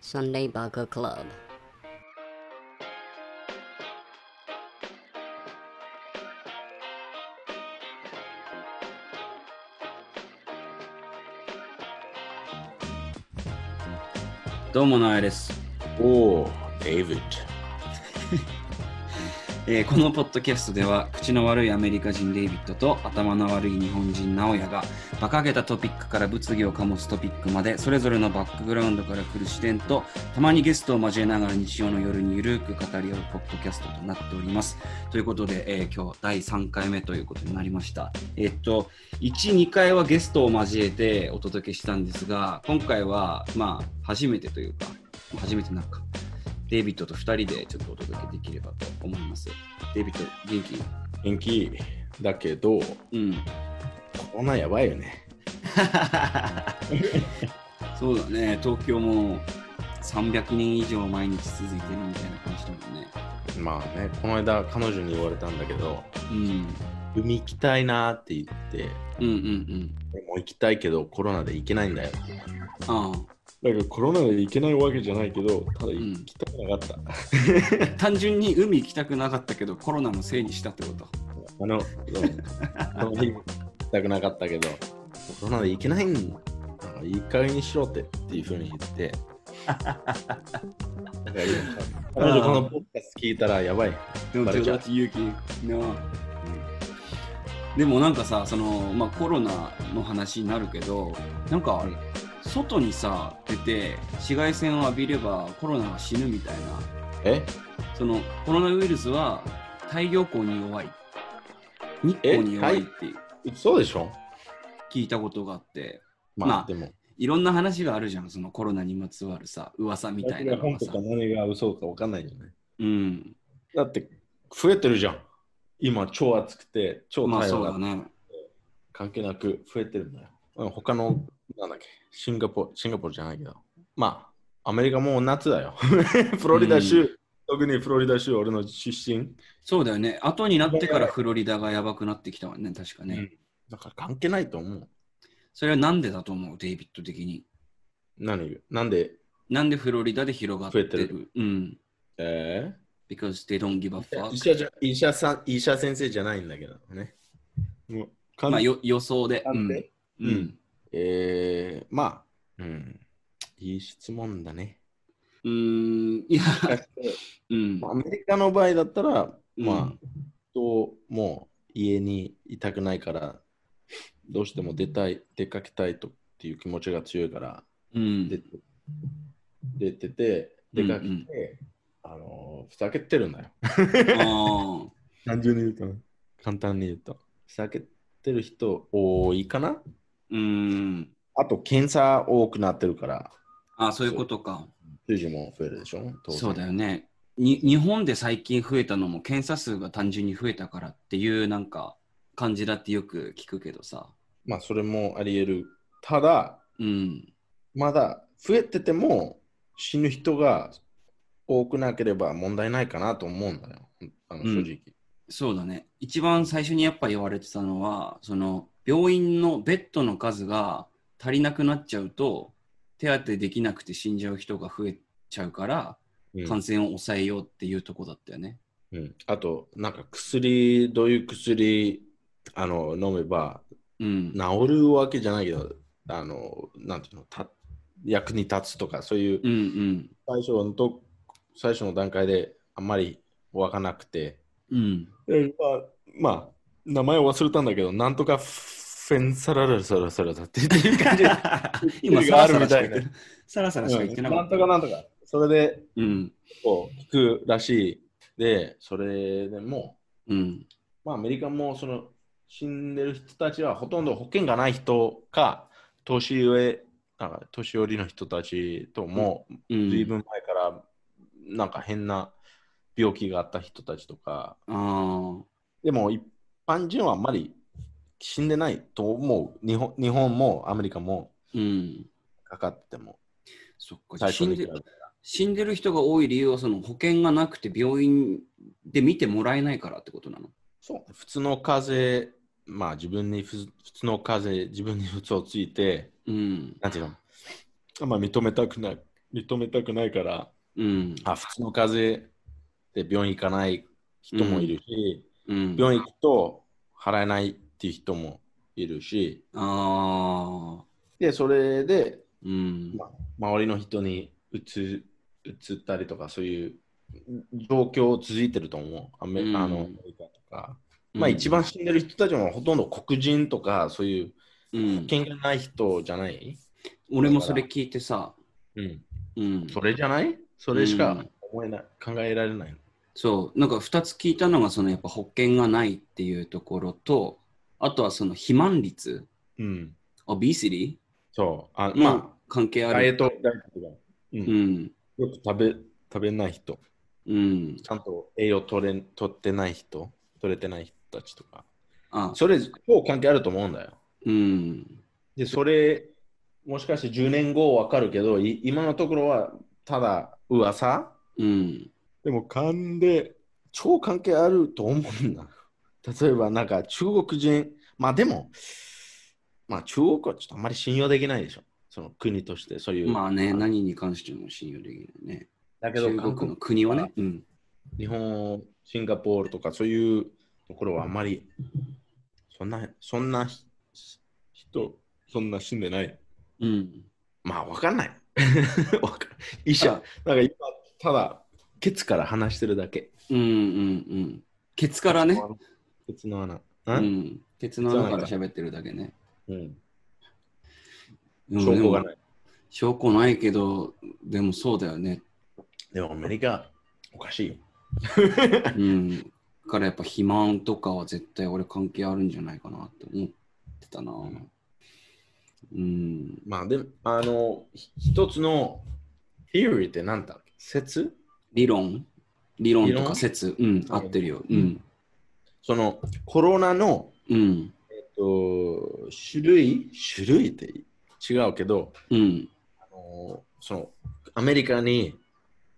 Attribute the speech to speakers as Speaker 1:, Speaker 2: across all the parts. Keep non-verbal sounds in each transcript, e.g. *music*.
Speaker 1: Sunday Baka Club.
Speaker 2: 「どうもなあです、
Speaker 3: おお、デイビッド。
Speaker 2: えーこのポッドキャストでは口の悪いアメリカ人デイビッドと頭の悪い日本人直哉が馬鹿げたトピックから物議を醸すトピックまでそれぞれのバックグラウンドから来る視点とたまにゲストを交えながら日曜の夜にゆるく語り合うポッドキャストとなっております。ということで、えー今日第3回目ということになりました。えっと1、2回はゲストを交えてお届けしたんですが今回はまあ初めてというか初めてなんかデイビッドと2人でちょっとお届けできればと思います。デイビッド、元気
Speaker 3: 元気だけど、コ
Speaker 2: うん。
Speaker 3: ロナやばいよね。
Speaker 2: そうだね、東京も300人以上毎日続いてるみたいな感じだもんね。
Speaker 3: まあね、この間彼女に言われたんだけど、
Speaker 2: うん。
Speaker 3: 海行きたいなって言って、
Speaker 2: うんうん
Speaker 3: でも行きたいけどコロナで行けないんだよ。
Speaker 2: うん。あ *laughs*
Speaker 3: だからコロナで行けないわけじゃないけど、ただ
Speaker 2: 行
Speaker 3: きたくなかった。
Speaker 2: あ。単純に海行きたくなかったけど、コロナのせいにしたってこと。
Speaker 3: *laughs* あの、そうその日行きたくなかったけど、コロナで行けないんだ。なんかいい加減にしろってっていうふうに言 *laughs* って。だから今彼女このポッカス聞いたらやばい。
Speaker 2: Don't
Speaker 3: バレ
Speaker 2: do
Speaker 3: ちゃう
Speaker 2: that, Yuki. No. でもなんかさ、そのまあ、コロナの話になるけど、なんか外にさ、出て紫外線を浴びればコロナが死ぬみたいな
Speaker 3: え
Speaker 2: そのコロナウイルスは太陽光に弱い日光に弱いって
Speaker 3: そうでしょ
Speaker 2: 聞いたことがあって
Speaker 3: まあ、
Speaker 2: まあ
Speaker 3: でも、
Speaker 2: いろんな話があるじゃんそのコロナにまつわるさ噂みたいなの
Speaker 3: 本
Speaker 2: が
Speaker 3: 当
Speaker 2: さ
Speaker 3: か、何が嘘か分かんないよね。
Speaker 2: うん、
Speaker 3: だって、増えてるじゃん。今、超暑くて、超
Speaker 2: まあ
Speaker 3: 太
Speaker 2: そ
Speaker 3: 陽
Speaker 2: う
Speaker 3: が
Speaker 2: だね
Speaker 3: 関係なく増えてるんだよ。うん他の、なんだっけ、シンガポール、シンガポールじゃないけど、まあ、アメリカもう夏だよ。 *laughs* フロリダ州、特にフロリダ州、俺の出身。
Speaker 2: そうだよね後になってからフロリダがやばくなってきたわね確かね、
Speaker 3: うんだから関係ないと思う。
Speaker 2: それはなんでだと思うデイビッド的に
Speaker 3: 何なんで、
Speaker 2: なんでフロリダで広がってる
Speaker 3: 増えて
Speaker 2: うん
Speaker 3: え
Speaker 2: because they don't give a
Speaker 3: ー、医
Speaker 2: fuck
Speaker 3: 者じゃ医者さん、医者先生じゃないんだけどね。もう、完
Speaker 2: まあよ予想で
Speaker 3: 完全
Speaker 2: うん、うん
Speaker 3: えー、まあ、うん、いい質問だね。
Speaker 2: うーんいや、うん、
Speaker 3: アメリカの場合だったら、まあ、
Speaker 2: うん
Speaker 3: ともう家にいたくないから、どうしても出たい、出かけたいとっていう気持ちが強いから、
Speaker 2: うん
Speaker 3: 出て出てて、出かけて、
Speaker 2: うんうん
Speaker 3: あのーふざけてるんだよ。
Speaker 2: ああ、
Speaker 3: 単純に言うと、簡単に言うと。ふざけてる人多いかな
Speaker 2: うーん。
Speaker 3: あと、検査多くなってるから、
Speaker 2: あそういうことか。
Speaker 3: 数字も増えるでしょ当然
Speaker 2: そうだよね。に日本で最近増えたのも検査数が単純に増えたからっていうなんか感じだってよく聞くけどさ。
Speaker 3: まあ、それもあり得る。ただ、
Speaker 2: うん。
Speaker 3: まだ増えてても死ぬ人が多くなければ問題ないかなと思うんだよ。あの
Speaker 2: うん
Speaker 3: 正直。
Speaker 2: そうだね。一番最初にやっぱ言われてたのは、その病院のベッドの数が足りなくなっちゃうと、手当てできなくて死んじゃう人が増えちゃうから、
Speaker 3: うん
Speaker 2: 感染を抑えようっていうとこだったよね。
Speaker 3: うんあと、なんか薬、どういう薬あの飲めば
Speaker 2: うん。
Speaker 3: 治るわけじゃないけど、あのなんていうのた役に立つとか、そういう
Speaker 2: うんうん。
Speaker 3: 最初のと、最初の段階であんまりわかなくて、
Speaker 2: うん。
Speaker 3: でまあ、まあ、名前忘れたんだけど、なんとかフェンサララサラサラだって言ってる感じ。
Speaker 2: *laughs* 今、サラサラしか言って
Speaker 3: う
Speaker 2: サラサラしか言ってなか
Speaker 3: な
Speaker 2: っ
Speaker 3: ん
Speaker 2: た。
Speaker 3: とかなんとか。それで、
Speaker 2: うん。
Speaker 3: こう、聞くらしい。で、それでも、
Speaker 2: うん。
Speaker 3: まあ、アメリカも、その、死んでる人たちは、ほとんど保険がない人か、年上、なんか、年寄りの人たちとも、
Speaker 2: うん。
Speaker 3: ずいぶん前から、なんか変な病気があった人たちとか、
Speaker 2: ああ。
Speaker 3: でも、一般人はあんまり死んでないと思う。日本日本もアメリカも、
Speaker 2: うん。
Speaker 3: かかっても、
Speaker 2: そっか。
Speaker 3: 最初
Speaker 2: 死ん
Speaker 3: に比
Speaker 2: で
Speaker 3: べて
Speaker 2: 死んでる人が多い理由は、その保険がなくて病院で見てもらえないからってことなの。
Speaker 3: そう普通の風邪、まあ自分にふ普通の風邪、自分に普通をついて、
Speaker 2: うん。
Speaker 3: なんていうの、あんま認めたくない認めたくないから、
Speaker 2: うん。
Speaker 3: あ、普通の風邪で病院行かない人もいるし、
Speaker 2: うん。
Speaker 3: 病院行くと払えないっていう人もいるし、
Speaker 2: ああ。
Speaker 3: で、それで
Speaker 2: うん。
Speaker 3: 周りの人にうつうつったりとか、そういう状況続いてると思う。アメ,、
Speaker 2: うん
Speaker 3: あのアメリカとか。まあ一番死んでる人たちもほとんど黒人とか、そういう
Speaker 2: うん、
Speaker 3: 権がない人じゃない、
Speaker 2: 俺もそれ聞いてさ、
Speaker 3: うん、
Speaker 2: うん、
Speaker 3: それじゃないそれしか思えない、考えられない。
Speaker 2: そうなんか2つ聞いたのがそのやっぱ保険がないっていうところとあとはその肥満率
Speaker 3: うん。
Speaker 2: オビシリ
Speaker 3: そう。あ
Speaker 2: ま
Speaker 3: ま
Speaker 2: あ、
Speaker 3: あ、
Speaker 2: 関係あ
Speaker 3: ダイエッ
Speaker 2: る
Speaker 3: トダイエットが、うん
Speaker 2: うん
Speaker 3: よく食べ食べない人、
Speaker 2: うん
Speaker 3: ちゃんと栄養取れん取ってない人、取れてない人たちとか。
Speaker 2: あ
Speaker 3: それ、超関係あると思うんだよ。
Speaker 2: うん
Speaker 3: で、それ、もしかして10年後わかるけど、い今のところはただ噂
Speaker 2: うん
Speaker 3: でも勘で超関係あると思うんだ。例えばなんか中国人、まあでも、まあ中国はちょっとあんまり信用できないでしょ。その国として、そういう。
Speaker 2: まあね何に関しても信用できないね
Speaker 3: だけど
Speaker 2: 中
Speaker 3: 韓
Speaker 2: 国
Speaker 3: 国
Speaker 2: の、国はねうん
Speaker 3: 日本、シンガポールとかそういうところはあんまり、そんな、そんなひ人、そんな死んで *laughs* ない。
Speaker 2: うん
Speaker 3: まあわかんない。 *laughs* わかん医者、なんか今、ただ、ケツから話してるだけ。
Speaker 2: うんうんうんケツからね、
Speaker 3: ケツの穴。
Speaker 2: うんん、ケツの中から喋ってるだけね
Speaker 3: うん、
Speaker 2: うん
Speaker 3: 証
Speaker 2: で
Speaker 3: 拠
Speaker 2: も
Speaker 3: がない。
Speaker 2: 証拠ないけどでもそうだよね
Speaker 3: でもアメリカ、おかしいよ。
Speaker 2: うん。 *laughs* だからやっぱ肥満とかは絶対俺関係あるんじゃないかなって思ってたな。うん。
Speaker 3: まあでも、あの、ひ一つの theory って何だっけ説
Speaker 2: 理論理論と
Speaker 3: 理
Speaker 2: か
Speaker 3: 論
Speaker 2: 説。うん。合ってるよ。うん。
Speaker 3: そのコロナの、
Speaker 2: うん。
Speaker 3: えっと、種類種類って違うけど、
Speaker 2: うん。
Speaker 3: あのそのアメリカに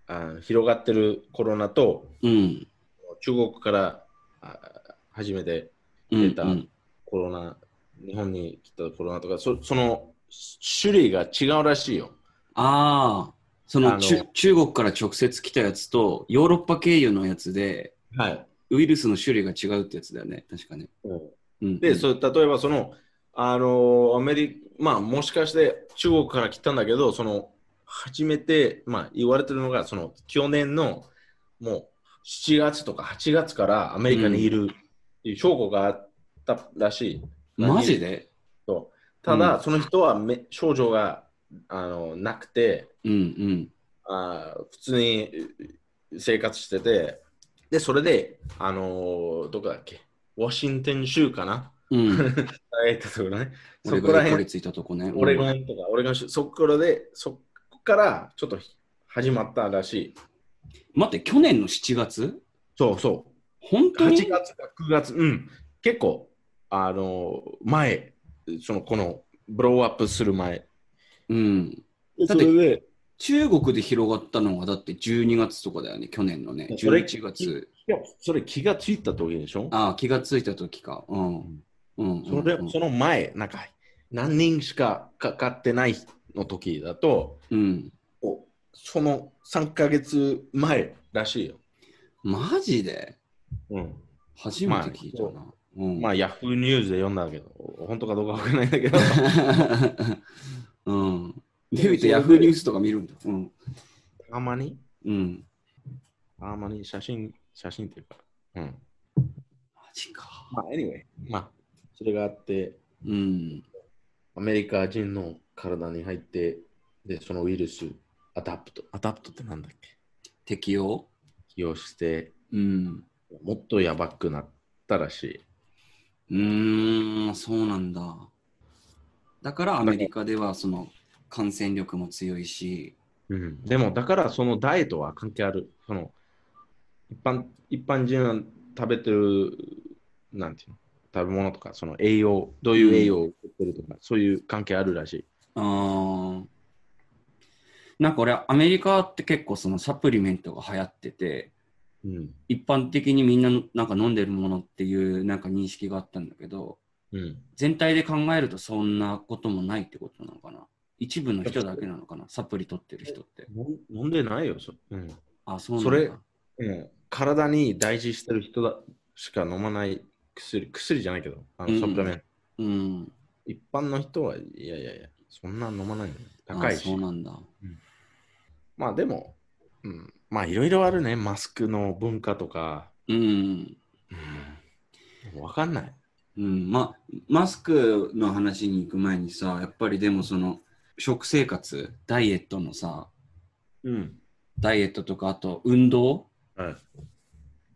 Speaker 3: あ広がってるコロナと
Speaker 2: うん。
Speaker 3: 中国からあ初めて
Speaker 2: うん。
Speaker 3: 出たコロナ、日本に来たコロナとかそ、その種類が違うらしいよ。
Speaker 2: ああ。その
Speaker 3: あの
Speaker 2: 中中国から直接来たやつとヨーロッパ経由のやつで
Speaker 3: はい。
Speaker 2: ウイルスの種類が違うってやつだよね。確かね。うん。
Speaker 3: で、それ例えばその、あのアメリまあ、もしかして中国から来たんだけど、その、初めて、まあ、言われてるのが、その、去年の、もう、7月とか8月からアメリカにいるっていう証拠があったらしい。
Speaker 2: マジで
Speaker 3: そうただ、その人はめ症状が、あのなくて、
Speaker 2: うん
Speaker 3: あー普通にう生活してて、で、それで、あのーどこだっけ、ワシントン州かな
Speaker 2: うん。
Speaker 3: *laughs*
Speaker 2: うん。
Speaker 3: えっと、そうだね。そ
Speaker 2: 俺
Speaker 3: こら
Speaker 2: が横
Speaker 3: 辺
Speaker 2: に、ついたとこね。
Speaker 3: オレゴンとか、オレゴン州、そこらで、そこからちょっと始まったらしい。
Speaker 2: 待って、去年の7月
Speaker 3: そうそ
Speaker 2: 本
Speaker 3: う。
Speaker 2: 当
Speaker 3: 8
Speaker 2: に
Speaker 3: 月か9月、うん。結構、あのー前、その、この、ブローアップする前。
Speaker 2: うん。
Speaker 3: それで、
Speaker 2: 中国で広がったのがだって12月とかだよね、去年のね。
Speaker 3: それ
Speaker 2: 11月。
Speaker 3: いやそれ気がついた時でしょ
Speaker 2: ああ、気がついた時か。うん。うん。
Speaker 3: それ
Speaker 2: うん
Speaker 3: その前、なんか何人しかかかってないの時だと、
Speaker 2: うん。
Speaker 3: おその3ヶ月前らしいよ。
Speaker 2: マジで
Speaker 3: うん、
Speaker 2: 初めて聞いたな。うん。
Speaker 3: まあ、ヤフーニュースで読んだけど、本当かどうかわからないんだ *laughs* けど、
Speaker 2: *laughs* うん。デビットヤフーニュースとか見るんだ。うん。
Speaker 3: たまに、
Speaker 2: うん。
Speaker 3: たまに写真、写真っていうか、うん。
Speaker 2: マジか。
Speaker 3: まあ、anyway、まあ、それがあって、
Speaker 2: うん。
Speaker 3: アメリカ人の体に入って、で、そのウイルス、アダプト、アダプトってなんだっけ
Speaker 2: 適用
Speaker 3: 起用して、
Speaker 2: うん。
Speaker 3: もっとやばくなったらしい。
Speaker 2: うーん、そうなんだ。だからアメリカではその感染力も強いし、
Speaker 3: うん、でもだからそのダイエットは関係ある。その一般一般人が食べてるなんていうの食べ物とかその栄養どういう栄養を取ってるとか、そういう関係あるらしい。
Speaker 2: あーなんか俺アメリカって結構そのサプリメントが流行ってて
Speaker 3: うん
Speaker 2: 一般的にみんななんか飲んでるものっていうなんか認識があったんだけど
Speaker 3: うん、
Speaker 2: 全体で考えるとそんなこともないってことなのかな一部の人だけなのかなサプリ取ってる人って。
Speaker 3: 飲んでないよ、そ,、うん
Speaker 2: あ、そうなん
Speaker 3: そ
Speaker 2: だ。
Speaker 3: れうん、体に大事してる人だしか飲まない薬、薬じゃないけど、あ
Speaker 2: うんう
Speaker 3: の
Speaker 2: ん
Speaker 3: サプリメント。
Speaker 2: うん。
Speaker 3: 一般の人は、いやいやいや、そんな飲まないよ。高
Speaker 2: あ、
Speaker 3: いし
Speaker 2: そう。なんだ。
Speaker 3: まあでも、うん、まあいろいろあるね、マスクの文化とか。
Speaker 2: うん。
Speaker 3: うん、わかんない。
Speaker 2: うん、ま、マスクの話に行く前にさ、やっぱりでもその、食生活、ダイエットのさ、
Speaker 3: うん。
Speaker 2: ダイエットとか、あと運動
Speaker 3: はい。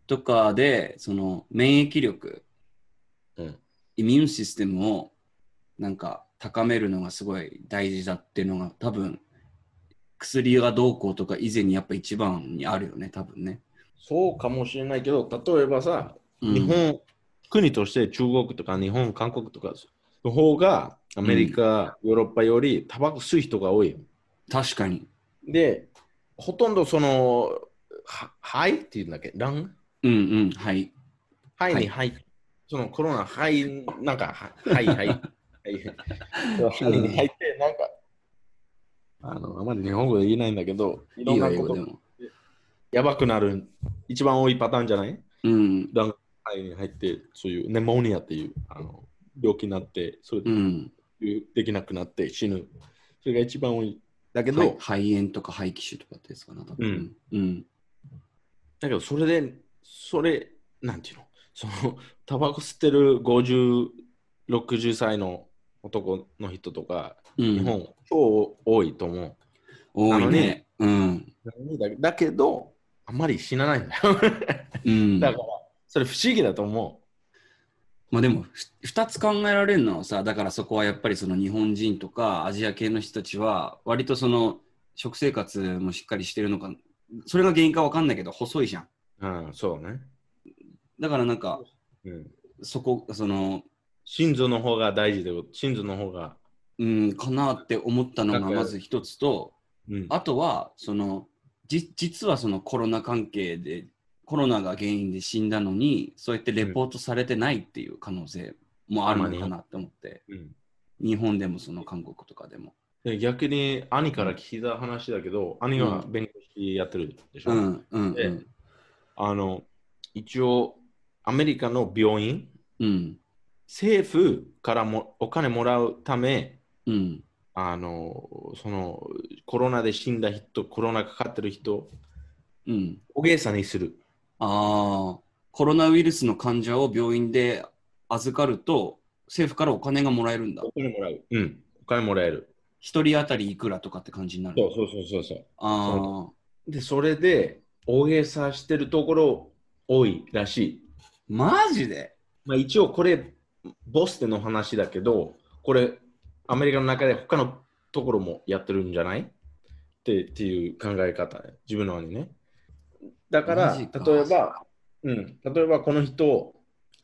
Speaker 2: とかで、その、免疫力、
Speaker 3: うん。
Speaker 2: イミューンシステムを、なんか、高めるのがすごい大事だっていうのが、多分、薬がどうこうとか以前にやっぱ一番にあるよね、多分ね。
Speaker 3: そうかもしれないけど、例えばさ、
Speaker 2: うん
Speaker 3: 日本、国として中国とか日本、韓国とかの方がアメリカ、ヨーロッパよりタバコ吸う人が多いよ。
Speaker 2: 確かに。
Speaker 3: で、ほとんどその、は肺っていうんだっけ、ラン
Speaker 2: うんうん、はい。
Speaker 3: 肺に肺、そのコロナ肺、なんか、は肺、肺、肺、肺に入って、なんか、あの、あまり日本語で言えないんだけど、い
Speaker 2: い
Speaker 3: ろ
Speaker 2: い
Speaker 3: ん
Speaker 2: よ、
Speaker 3: な
Speaker 2: 英
Speaker 3: こ
Speaker 2: 語で
Speaker 3: と
Speaker 2: も。
Speaker 3: やばくなる、一番多いパターンじゃない
Speaker 2: うん、
Speaker 3: ラン肺に入って、そういうネモニアっていうあの病気になって、それ
Speaker 2: う
Speaker 3: で
Speaker 2: ん。
Speaker 3: できなくなって死ぬ。それが一番多い。だけど、
Speaker 2: はい肺炎とか肺気腫とかってやつかな、多分。うん。
Speaker 3: だけどそれで、それ、なんていうの、その、タバコ吸ってる50、60歳の男の人とか、
Speaker 2: うん。
Speaker 3: 日本、超多いと思
Speaker 2: 多い
Speaker 3: あの
Speaker 2: ね
Speaker 3: ね。
Speaker 2: うん。
Speaker 3: う。だだけど、あんまり死なないんだよ。 *laughs*
Speaker 2: うん。
Speaker 3: だから、それ不思議だと思
Speaker 2: まあでも、ふ2つ考えられるのはさ、だからそこはやっぱりその日本人とかアジア系の人たちは、割とその食生活もしっかりしてるのか、それが原因かわかんないけど、細いじゃん。
Speaker 3: う。うん、そうね。
Speaker 2: だからなんか、
Speaker 3: うん、
Speaker 2: そこ、その、
Speaker 3: 心臓の方が大事だよ。心臓の方が。
Speaker 2: うん、かなって思ったのが
Speaker 3: なんか
Speaker 2: まず一つと、
Speaker 3: うん、
Speaker 2: あとは、その、じ実はそのコロナ関係で、コロナが原因で死んだのに、そうやってレポートされてないっていう可能性もあるのかなって思って、
Speaker 3: うん
Speaker 2: 日本でもその韓国とかでも。
Speaker 3: で逆に兄から聞いた話だけど、兄は弁護士やってるでしょ、
Speaker 2: うんうんう
Speaker 3: え
Speaker 2: ん
Speaker 3: あの一応アメリカの病院
Speaker 2: うん
Speaker 3: 政府からもお金もらうため
Speaker 2: うん
Speaker 3: あのそのコロナで死んだ人コロナかかってる人
Speaker 2: うん
Speaker 3: 大げさにする
Speaker 2: ああコロナウイルスの患者を病院で預かると政府からお金がもらえるんだ
Speaker 3: お金もらううんお金もらえる
Speaker 2: 一人当たりいくらとかって感じになる
Speaker 3: そうそうそうそうそ
Speaker 2: ああ
Speaker 3: うでそれで大げさしてるところ多いらしい
Speaker 2: マジで
Speaker 3: まあ、一応これボスでの話だけどこれアメリカの中で他のところもやってるんじゃないってっていう考え方自分のにねだから
Speaker 2: マジか
Speaker 3: 例えば、うん、例えばこの人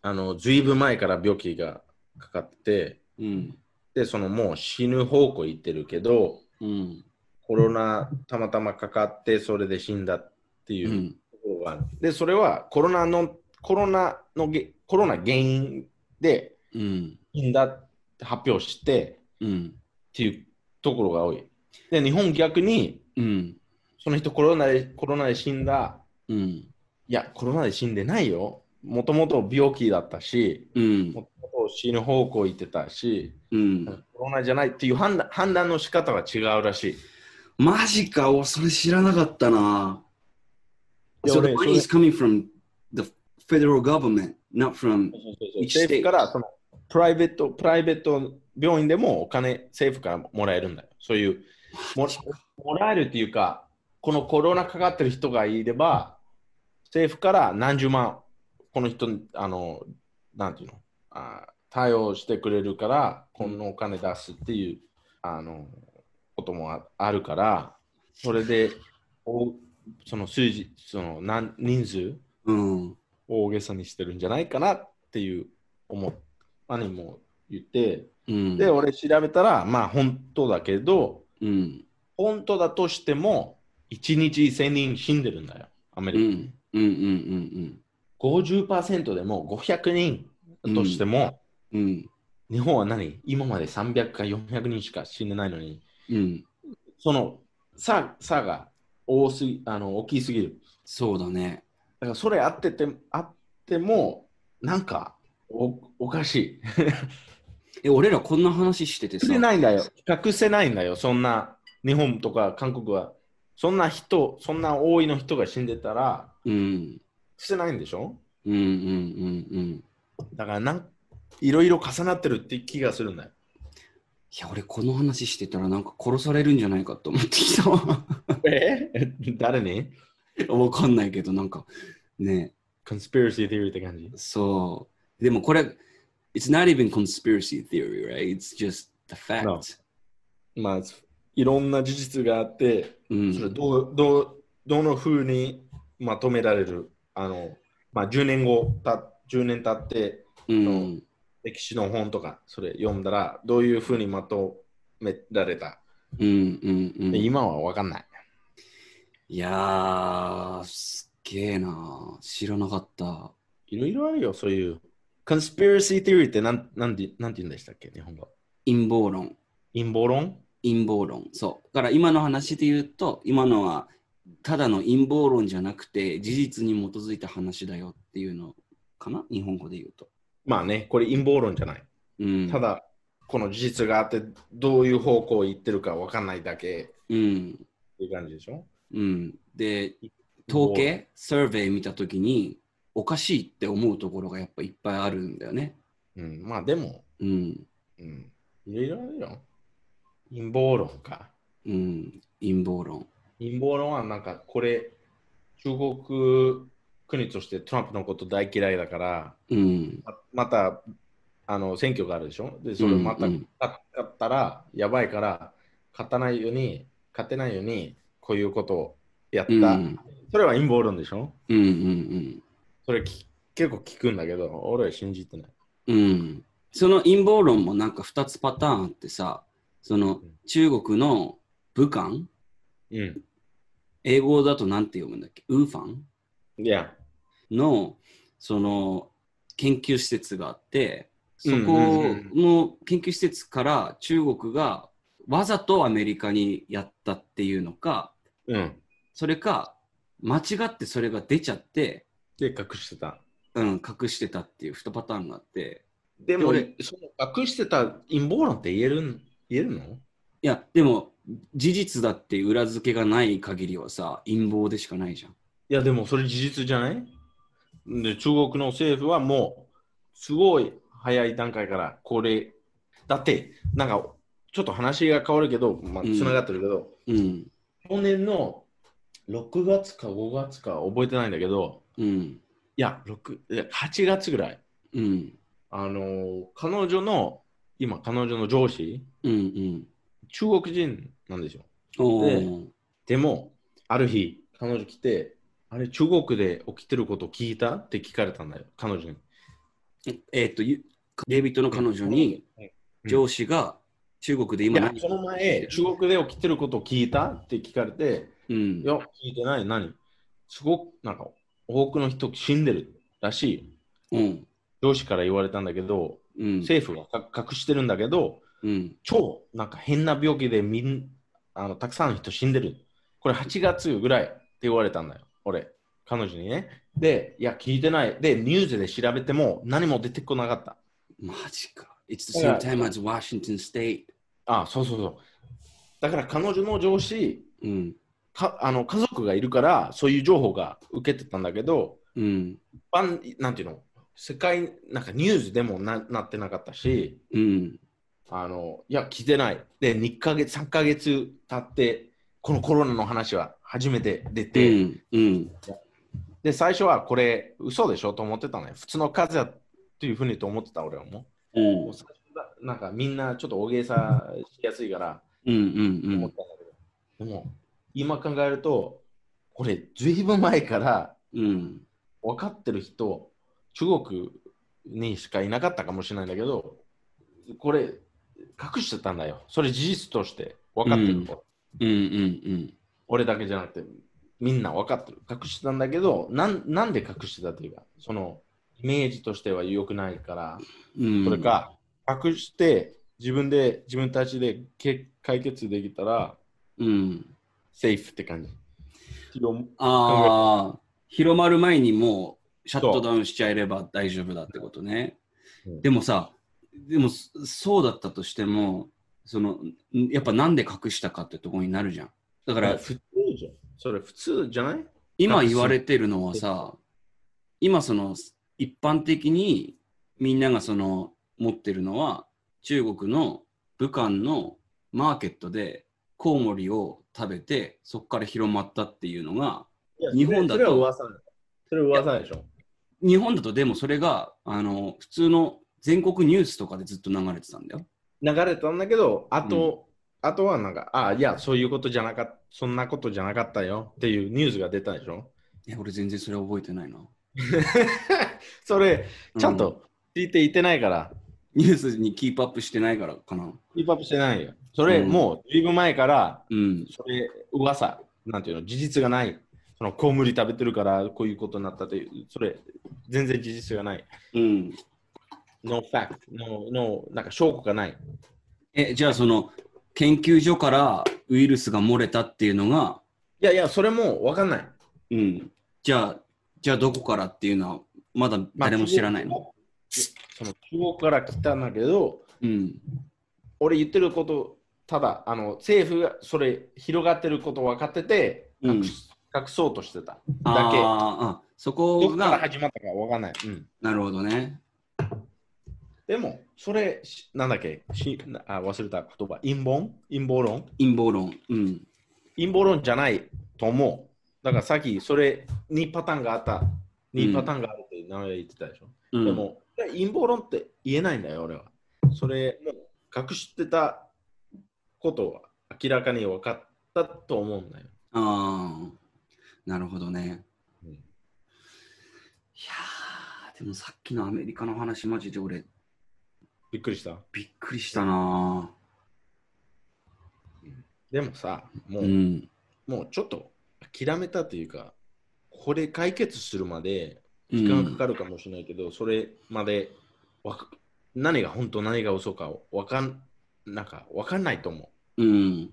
Speaker 3: あのずいぶん前から病気がかかって
Speaker 2: うん
Speaker 3: でそのもう死ぬ方向行ってるけど
Speaker 2: うん
Speaker 3: コロナたまたまかかってそれで死んだっていうう、
Speaker 2: ん
Speaker 3: ところがあるで、それはコロナの、コロナのげ、コロナ原因で
Speaker 2: うん
Speaker 3: 死んだって発表して
Speaker 2: うん
Speaker 3: っていうところが多い。で、日本逆に、
Speaker 2: うん
Speaker 3: その人コロナで、コロナで死んだ。
Speaker 2: うん
Speaker 3: いや、コロナで死んでないよ。もともと病気だったし、
Speaker 2: うん
Speaker 3: もともと死ぬ方向行ってたし、
Speaker 2: うん
Speaker 3: コロナじゃないっていう判断判断の仕方が違うらしい。
Speaker 2: マジかおそれ知らなかったな So
Speaker 3: い
Speaker 2: the
Speaker 3: や俺
Speaker 2: money is coming from the federal government not from 一
Speaker 3: 政府からそのプライベート、プライベート病院でもお金、政府からもらえるんだよ。そういうも、もらえるっていうか、このコロナかかってる人がいれば、政府から何十万、この人、あの、なんていうの、あ対応してくれるから、このお金出すっていう、あの、こともああるから、それで、おその数字、その何人数、
Speaker 2: うん
Speaker 3: 大げさにしてるんじゃないかなっていう思う兄も言って、
Speaker 2: うん
Speaker 3: で俺調べたらまあ本当だけど
Speaker 2: うん
Speaker 3: 本当だとしても1日1000人死んでるんだよアメ
Speaker 2: う
Speaker 3: リ
Speaker 2: んうんうんうん
Speaker 3: カ、50%でも500人だとしても、
Speaker 2: うんうん
Speaker 3: 日本は何今まで300か400人しか死んでないのに
Speaker 2: うん。
Speaker 3: その差差が多すぎあの大きすぎる。
Speaker 2: そうだね。
Speaker 3: だからそれあっててあってもなんかおおかしい。
Speaker 2: え、俺らこんな話しててさ
Speaker 3: 隠せ。ないんだよ。隠せないんだよ。そんな日本とか韓国はそんな人そんな多いの人が死んでたら
Speaker 2: うん。
Speaker 3: 隠せないんでしょ
Speaker 2: うんうんうんうん。
Speaker 3: だからなんいろいろ重なってるって気がするんだよ。
Speaker 2: いや、俺この話してたらなんか殺されるんじゃないかと思ってきた *laughs* わ。
Speaker 3: え *laughs* 誰に
Speaker 2: わかんないけど、なんか、ね、
Speaker 3: ?Conspiracy theory って感じ。
Speaker 2: そう。でもこれ、It's not even conspiracy theory, right? It's just the fact.
Speaker 3: No. まあいろんな事実があって
Speaker 2: う
Speaker 3: それ
Speaker 2: ん。
Speaker 3: どうどうどのふうにまとめられるあの、まあ、10年後た10年経って
Speaker 2: うん。
Speaker 3: 歴史の本とかそれ読んだらどういうふうにまとめられた、
Speaker 2: うんうんうん。
Speaker 3: で
Speaker 2: い
Speaker 3: 今は分かんない
Speaker 2: やー、すっげえな。知らなかった。
Speaker 3: いろいろあるよそういう conspiracy theory ってなんなんてなんて言うんでしたっけ日本語
Speaker 2: 陰謀論。
Speaker 3: 陰謀論
Speaker 2: 陰謀論そうだから今の話で言うと今のはただの陰謀論じゃなくて事実に基づいた話だよっていうのかな日本語で言うと、
Speaker 3: まあねこれ陰謀論じゃない、
Speaker 2: うん、
Speaker 3: ただこの事実があってどういう方向行ってるか分かんないだけ
Speaker 2: うん
Speaker 3: っていう感じでしょ
Speaker 2: うんで統計サーベイ見た時におかしいって思うところがやっぱいっぱいあるんだよね
Speaker 3: うんまあでも
Speaker 2: うん
Speaker 3: うん。いろいろあるよ。陰謀論か。
Speaker 2: うん陰謀論
Speaker 3: 陰謀論はなんかこれ、中国国としてトランプのこと大嫌いだから、
Speaker 2: うん
Speaker 3: ままたあの選挙があるでしょで、それまた
Speaker 2: うんう
Speaker 3: 勝
Speaker 2: ん
Speaker 3: ったらやばいから、勝たないように、勝てないように、こういうことをやった。
Speaker 2: うんうん
Speaker 3: それは陰謀論でしょ
Speaker 2: うんうん
Speaker 3: それき結構聞くんだけど、俺は信じてない。
Speaker 2: うんその陰謀論もなんか2つパターンあってさその中国の武漢、
Speaker 3: うん。
Speaker 2: 英語だとなんて読むんだっけウーファン
Speaker 3: いや、
Speaker 2: のその研究施設があってそこ
Speaker 3: うんうんうん
Speaker 2: の研究施設から中国がわざとアメリカにやったっていうのか
Speaker 3: うん。
Speaker 2: それか間違ってそれが出ちゃって、
Speaker 3: で、隠してた。
Speaker 2: うん、隠してたっていう2パターンがあって
Speaker 3: でも、
Speaker 2: で
Speaker 3: その隠してた陰謀論って言えるん言えるの
Speaker 2: いやでも事実だって裏付けがない限りはさ陰謀でしかないじゃん。
Speaker 3: いや、でもそれ事実じゃないで中国の政府はもう、すごい早い段階から、これ、だって、なんか、ちょっと話が変わるけど、まあ、
Speaker 2: うん
Speaker 3: つながってるけど、
Speaker 2: うん
Speaker 3: 去年の6月か5月か覚えてないんだけど、
Speaker 2: うん
Speaker 3: いや、6いや8月ぐらい、
Speaker 2: うん
Speaker 3: あのー彼女の、今、彼女の上司、
Speaker 2: うんうん
Speaker 3: 中国人なんですよ。
Speaker 2: おー
Speaker 3: でも、ある日、彼女来て、あれ、中国で起きてること聞いたって聞かれたんだよ、彼女に。
Speaker 2: えっとゆデイビッドの彼女に、
Speaker 3: うん
Speaker 2: 上司が中国で
Speaker 3: い
Speaker 2: 今
Speaker 3: や
Speaker 2: 何、
Speaker 3: その前、中国で起きてること聞いたって聞かれて、
Speaker 2: うん
Speaker 3: いや、聞いてない、何すごく、なんか、多くの人死んでるらしい。
Speaker 2: うん
Speaker 3: 上司から言われたんだけど、
Speaker 2: うん
Speaker 3: 政府はか隠してるんだけど、
Speaker 2: うん
Speaker 3: 超、なんか変な病気でみんあのたくさんの人死んでる。これ8月ぐらいって言われたんだよ、俺、彼女にね。で、いや、聞いてない。で、ニュースで調べても何も出てこなかった。
Speaker 2: マジか It's the same time as Washington State
Speaker 3: あそうそうそう。だから彼女の上司、
Speaker 2: うん
Speaker 3: かあの家族がいるから、そういう情報が受けてたんだけど、
Speaker 2: うん
Speaker 3: 一般なんていうの、世界、なんかニュースでもななってなかったし、
Speaker 2: うん
Speaker 3: あの、いや、聞いてない。で、2ヶ月、3ヶ月経って、このコロナの話は初めて出
Speaker 2: う
Speaker 3: て、
Speaker 2: んうん
Speaker 3: で、最初はこれ、嘘でしょと思ってたのよ。普通の風邪だっていうふうにと思ってた俺はも
Speaker 2: う
Speaker 3: う。も
Speaker 2: ん
Speaker 3: う最初だなんかみんなちょっと大げさしやすいから
Speaker 2: うんう
Speaker 3: 思っ
Speaker 2: ん
Speaker 3: たんだけど、でも、今考えると、これ、ずいぶん前から
Speaker 2: うん
Speaker 3: 分かってる人、中国にしかいなかったかもしれないんだけど、これ、隠してたんだよ。それ事実として分かってる。
Speaker 2: うんうんうん
Speaker 3: 俺だけじゃなくて、みんな分かってる。隠してたんだけど、なんなんで隠してたというか、その、イメージとしては良くないから、
Speaker 2: うん
Speaker 3: それか、隠して、自分で、自分たちでけ解決できたら、
Speaker 2: うん。
Speaker 3: セーフって感じ。
Speaker 2: ああ、広まる前にもうシャットダウンしちゃえれば大丈夫だってことね。
Speaker 3: うん
Speaker 2: でもさ、でもそそうだったとしても、そのんやっぱなんで隠したかってとこになるじゃん。だか
Speaker 3: だから
Speaker 2: ら
Speaker 3: 普通じゃん。それ普通じゃない
Speaker 2: 今言われてるのはさ、今その一般的にみんながその持ってるのは中国の武漢のマーケットでコウモリを食べてそこから広まったっていうのが
Speaker 3: いや
Speaker 2: 日本だと
Speaker 3: それは噂だよそれは噂でしょ。
Speaker 2: 日本だとでもそれがあの普通の全国ニュースとかでずっと流れてたんだよ。
Speaker 3: 流れたんだけど、あと、あとはなんか、ああ、いや、そういうことじゃなかった、そんなことじゃなかったよっていうニュースが出たでしょ。
Speaker 2: え、俺全然それ覚えてないな。
Speaker 3: それ、
Speaker 2: う
Speaker 3: ちゃんと聞いていてないから、
Speaker 2: ニュースにキープアップしてないからかな。
Speaker 3: キープアップしてないよ。それ、
Speaker 2: うん
Speaker 3: もう、ずいぶん前から、
Speaker 2: うん。
Speaker 3: それ、噂、なんていうの、事実がない。その、コウモリ食べてるから、こういうことになったっていう、それ、全然事実がない。
Speaker 2: うん。
Speaker 3: No fact, no, no, なんか証拠がない。
Speaker 2: え、じゃあその研究所からウイルスが漏れたっていうのが、
Speaker 3: いやいや、それもわかんない。
Speaker 2: うん。じゃあ、じゃあどこからっていうのはまだ誰も知らないの。
Speaker 3: その中国から来たんだけど、
Speaker 2: うん。
Speaker 3: 俺言ってること、ただ、あの政府がそれ広がってること分かってて、
Speaker 2: うん
Speaker 3: 隠す隠そうとしてただけ。
Speaker 2: あーあ、そ
Speaker 3: ど
Speaker 2: こ
Speaker 3: こから
Speaker 2: が、
Speaker 3: 始まったか分かんない。うん
Speaker 2: なるほどね。
Speaker 3: でも、それ、しなんだっけしなあ忘れた言葉。陰謀陰謀論
Speaker 2: 陰謀論。うん。
Speaker 3: 陰謀論じゃないと思う。だからさっき、それ、2パターンがあった。2パターンがあるって名前言ってたでしょ。
Speaker 2: うん、
Speaker 3: でも、それ陰謀論って言えないんだよ、俺は。それ、もう隠してたことは明らかに分かったと思うんだよ。
Speaker 2: ああ、なるほどね。
Speaker 3: うん
Speaker 2: いやー、でもさっきのアメリカの話、マジで俺、
Speaker 3: びっくりした。
Speaker 2: びっくりしたな
Speaker 3: でもさ、も
Speaker 2: ー
Speaker 3: う,、
Speaker 2: うん。
Speaker 3: もうちょっと諦めたというか、これ解決するまで
Speaker 2: う
Speaker 3: 時間がか
Speaker 2: ん、
Speaker 3: かるかもしれないけど、それまでわか何が本当、何が嘘かわかんなんかわかんないと思う。
Speaker 2: うん。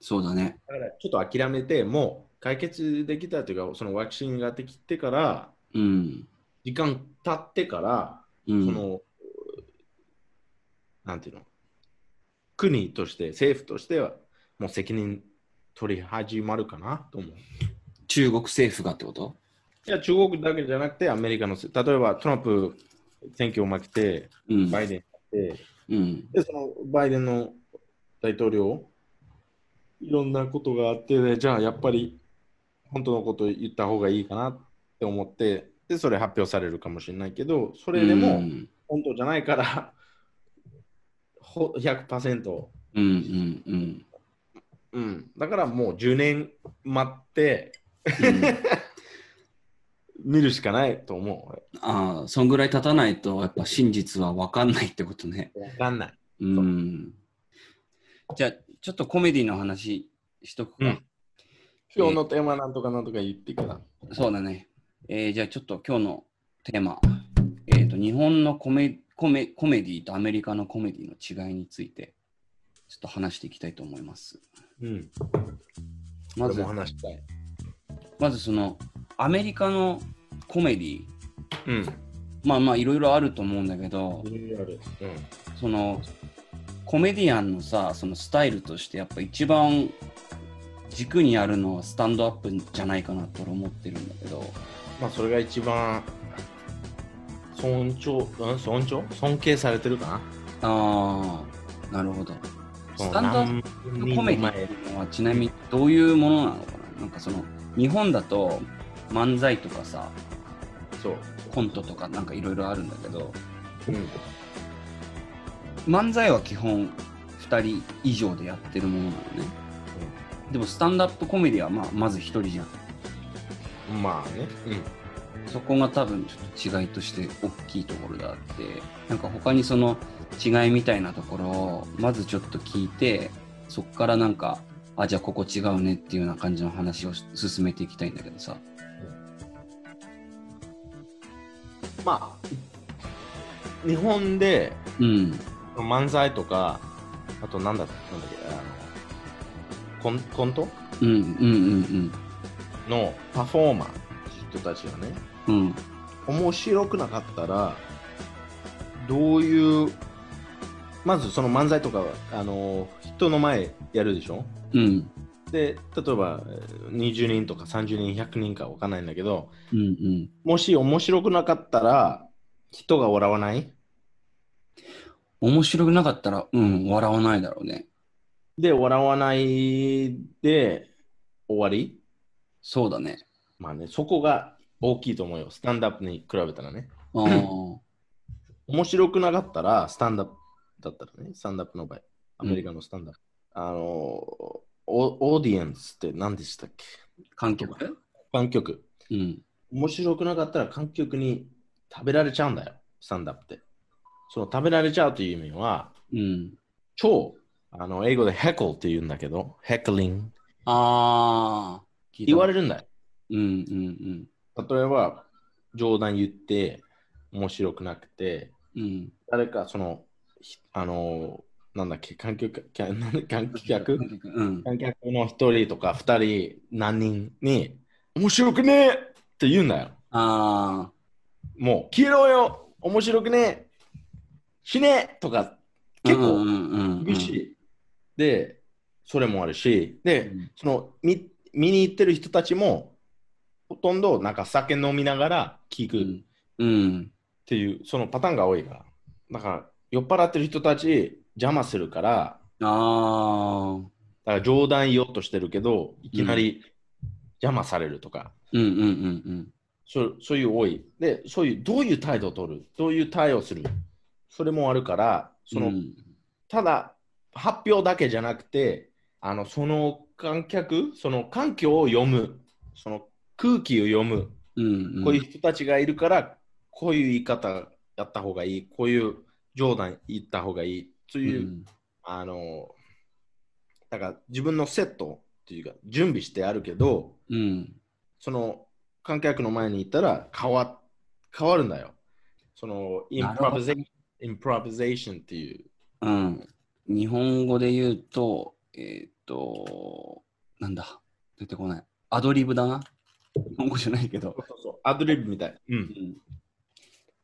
Speaker 2: そうだね。
Speaker 3: だからちょっと諦めて、もう解決できたというか、そのワクチンができてから、
Speaker 2: うん。
Speaker 3: 時間経ってから、
Speaker 2: うん、
Speaker 3: その、なんていうの、国として、政府としては、もう責任取り始まるかなと思う。
Speaker 2: 中国政府がってこと
Speaker 3: いや、中国だけじゃなくて、アメリカのせ、例えばトランプ選挙を負けて、
Speaker 2: うん。
Speaker 3: バイデンがって、
Speaker 2: うん。
Speaker 3: で、そのバイデンの大統領、いろんなことがあって、じゃあやっぱり本当のことを言った方がいいかなって思って、で、それ発表されるかもしれないけど、そ
Speaker 2: そ
Speaker 3: れで
Speaker 2: う
Speaker 3: も
Speaker 2: ん
Speaker 3: 本当じゃないから、ほ100%、
Speaker 2: うんうんうん。
Speaker 3: うん、だからもう10年待って
Speaker 2: うん、
Speaker 3: 見るしかないと思う俺。
Speaker 2: ああ、そんぐらい経たないと、やっぱ真実は分かんないってことね。
Speaker 3: わかんない。
Speaker 2: うん。じゃあ、ちょっとコメディの話しとくか。
Speaker 3: うん今日のテーマなんとかなんとか言ってから。
Speaker 2: そうだね。えーじゃあちょっと今日のテーマ、えー、と日本のコメコメコメディとアメリカのコメディの違いについてちょっと話していきたいと思います。
Speaker 3: うん。
Speaker 2: まず
Speaker 3: も話したい。
Speaker 2: まずそのアメリカのコメディ
Speaker 3: うん。
Speaker 2: まあまあいろいろあると思うんだけど
Speaker 3: う
Speaker 2: そのコメディアンのさそのスタイルとしてやっぱ一番軸にあるのはスタンドアップじゃないかなと俺思ってるんだけど
Speaker 3: ん。まあ、それが一番尊重、うん、尊重尊敬されてるか
Speaker 2: ああなるほど
Speaker 3: な。
Speaker 2: スタンドアップ
Speaker 3: プ
Speaker 2: コメディっていうのはちなみにどういうものなのかななんかその日本だと漫才とかさ
Speaker 3: そう。
Speaker 2: コントとかなんかいろいろあるんだけど
Speaker 3: うん。
Speaker 2: 漫才は基本2人以上でやってるものなのねでもスタンダップコメディはまあまず1人じゃん
Speaker 3: まあね。
Speaker 2: そこが多分ちょっと違いとして大きいところであってなんか他にその違いみたいなところをまずちょっと聞いてそこからなんかあじゃあここ違うねっていうような感じの話を進めていきたいんだけどさ
Speaker 3: うん。まあ、日本で
Speaker 2: うん
Speaker 3: 漫才とか、あとなんだなんだっけ、あのコンコント
Speaker 2: うんうん
Speaker 3: のパフォーマー人たちがね、
Speaker 2: うんうん
Speaker 3: 面白くなかったら、どういう、まずその漫才とかは、あの、人の前やるでしょ
Speaker 2: うん
Speaker 3: で、例えばえー20人とか30人、100人かわかんないんだけど、
Speaker 2: うんうん
Speaker 3: もし面白くなかったら、人が笑わない
Speaker 2: 面白くなかったらうん笑わないだろうね
Speaker 3: で、笑わないで終わり
Speaker 2: そうだね
Speaker 3: まあね、そこが大きいと思うよ。スタンダップに比べたらね。
Speaker 2: ああ
Speaker 3: 面白くなかったら、スタンダップだったらね、スタンダップの場合、アメリカのスタンダップ。あのー、オオーディエンスって何でしたっけ
Speaker 2: 観客
Speaker 3: 観客。
Speaker 2: うん
Speaker 3: 面白くなかったら観客に食べられちゃうんだよ、スタンダップって。その食べられちゃうという意味は、
Speaker 2: うん
Speaker 3: 超、あの英語でヘコルって言うんだけど、ヘクリング。
Speaker 2: ああ
Speaker 3: 言われ
Speaker 2: る
Speaker 3: るんだよ。
Speaker 2: うんうん
Speaker 3: 例えば、冗談言って、面白くなくて、
Speaker 2: うんうん
Speaker 3: 誰かその、ひあのー、なんだっけ、観客、きゃなん観客
Speaker 2: うん
Speaker 3: 観客の一人とか二人、何人に、面白くねえって言うんだよ。
Speaker 2: ああ
Speaker 3: もう、消えろよ面白くねえ死ねえとか、結
Speaker 2: うん
Speaker 3: 構
Speaker 2: うんうん
Speaker 3: 厳しい。で、それもあるし、で、その見、見に行ってる人たちも、ほとんどなんか酒飲みながら聞く。
Speaker 2: うんうん
Speaker 3: っていうそのパターンが多いからだから酔っ払ってる人たち邪魔するから
Speaker 2: ああ
Speaker 3: だから冗談言おうとしてるけどいきなり邪魔されるとか、
Speaker 2: うんうんうん
Speaker 3: そうそういう多いでそういうどういう態度を取るどういう対応するそれもあるから
Speaker 2: う
Speaker 3: そ
Speaker 2: ん
Speaker 3: の、
Speaker 2: うん
Speaker 3: ただ発表だけじゃなくてあのその観客その環境を読むその空気を読む
Speaker 2: うんうん
Speaker 3: こういう人たちがいるから、こういう言い方やった方がいい、こういう冗談言った方がいいという、
Speaker 2: うん
Speaker 3: あの、だから自分のセットっていうか、準備してあるけど、
Speaker 2: うん
Speaker 3: その観客の前に行ったら変わ変わるんだよ。そのイン
Speaker 2: な
Speaker 3: プ
Speaker 2: るほど
Speaker 3: ロビゼインプロビゼーションっていう。
Speaker 2: うん。日本語で言うと、えーっと、なんだ、出てこない。アドリブだな。日本語じゃないけど。
Speaker 3: アドリブみたい。うん
Speaker 2: うん。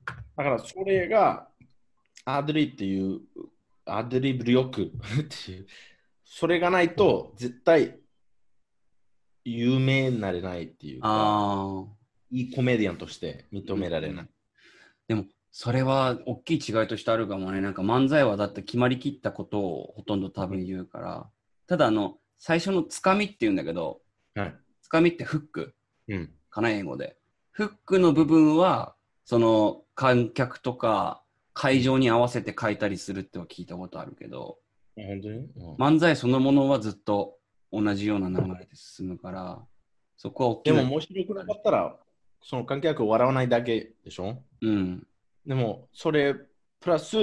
Speaker 3: だからそれがアドリブっていうアドリブ力 *laughs* っていうそれがないと絶対有名になれないっていうか
Speaker 2: ああ。
Speaker 3: いいコメディアンとして認められない、
Speaker 2: でも、それは大きい違いとしてあるかもね。なんか漫才はだって決まりきったことをほとんど多分言うから。ただ、あの、最初のつかみって言うんだけど、
Speaker 3: はい
Speaker 2: つかみってフック
Speaker 3: うん
Speaker 2: かな、英語で。フックの部分は、その観客とか会場に合わせて書いたりするっては聞いたことあるけど、
Speaker 3: 本当に、うん
Speaker 2: 漫才そのものはずっと同じような流れで進むから、そこは大き
Speaker 3: で
Speaker 2: な
Speaker 3: も面白くなかったらその観客を笑わないだけでしょ
Speaker 2: うん、
Speaker 3: でもそれプラス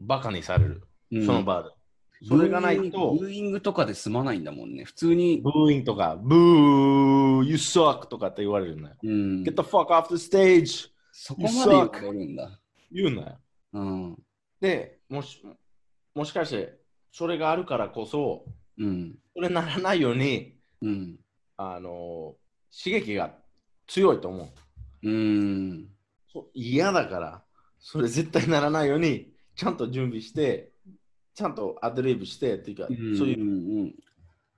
Speaker 3: バカにされる、
Speaker 2: うん
Speaker 3: その場でそれがないと
Speaker 2: ブーイングとかで済まないんだもんね。普通に
Speaker 3: ブ、ーインとかブー You suck とかって言われるんだよ、
Speaker 2: うん、
Speaker 3: Get the fuck off the stage
Speaker 2: そこまで言われるんだ。
Speaker 3: 言うなよ。
Speaker 2: うん、
Speaker 3: で、もし、もしかして、それがあるからこそ、
Speaker 2: うん、
Speaker 3: それならないように、
Speaker 2: うん、
Speaker 3: あの刺激が強いと思う
Speaker 2: うん、
Speaker 3: そ。嫌だから、それ絶対ならないように、ちゃんと準備して、ちゃんとアドリブして、っていうか、
Speaker 2: うん、
Speaker 3: そういう、
Speaker 2: んうん。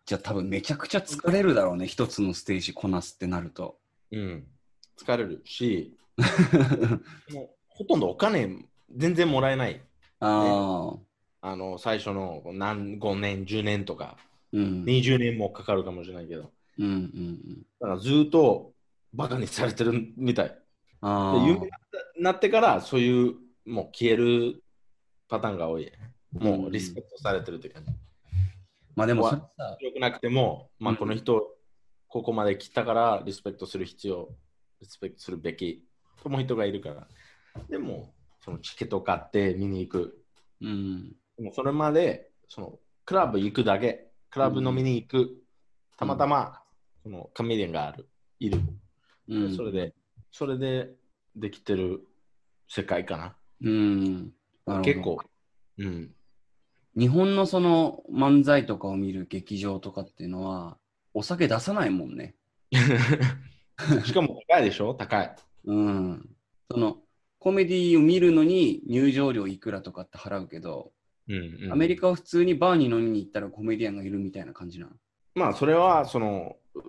Speaker 2: じゃあ多分めちゃくちゃ疲れるだろうね、一つのステージこなすってなると。 *laughs*
Speaker 3: うん、疲れるし、もうほとんどお金全然もらえない。
Speaker 2: ああ、
Speaker 3: あの最初の何5年、10年とか、
Speaker 2: うん、
Speaker 3: 20年もかかるかもしれないけど、
Speaker 2: うん、うん、うん。
Speaker 3: だからずっとバカにされてるみたい。
Speaker 2: あ
Speaker 3: で
Speaker 2: あ、
Speaker 3: 有名になってからそういうもう消えるパターンが多い。もうリスペクトされてるというか、ね、
Speaker 2: まあでもそれさ、
Speaker 3: 強くなくても、まあ、
Speaker 2: うん
Speaker 3: この人、ここまで来たからリスペクトする必要、リスペクトするべきとも人がいるから。でも、そのチケットを買って見に行く。
Speaker 2: うん、
Speaker 3: でもそれまでそのクラブ行くだけ、クラブ飲みに行く。たまたま、そのカメディアンがある、いる。
Speaker 2: うん、
Speaker 3: それで、それでできてる世界かな。
Speaker 2: うん、なるほど
Speaker 3: 結構、うん、 *laughs*
Speaker 2: 日本のその漫才とかを見る劇場とかっていうのは、お酒出さないもんね。
Speaker 3: しかも高いでしょ高い。
Speaker 2: うん。その、コメディを見るのに入場料いくらとかって払うけど、
Speaker 3: うん
Speaker 2: アメリ
Speaker 3: カ
Speaker 2: カは普通にバーに飲みに行ったらコメディアンがいるみたいな感じなの。
Speaker 3: まあそれはそのう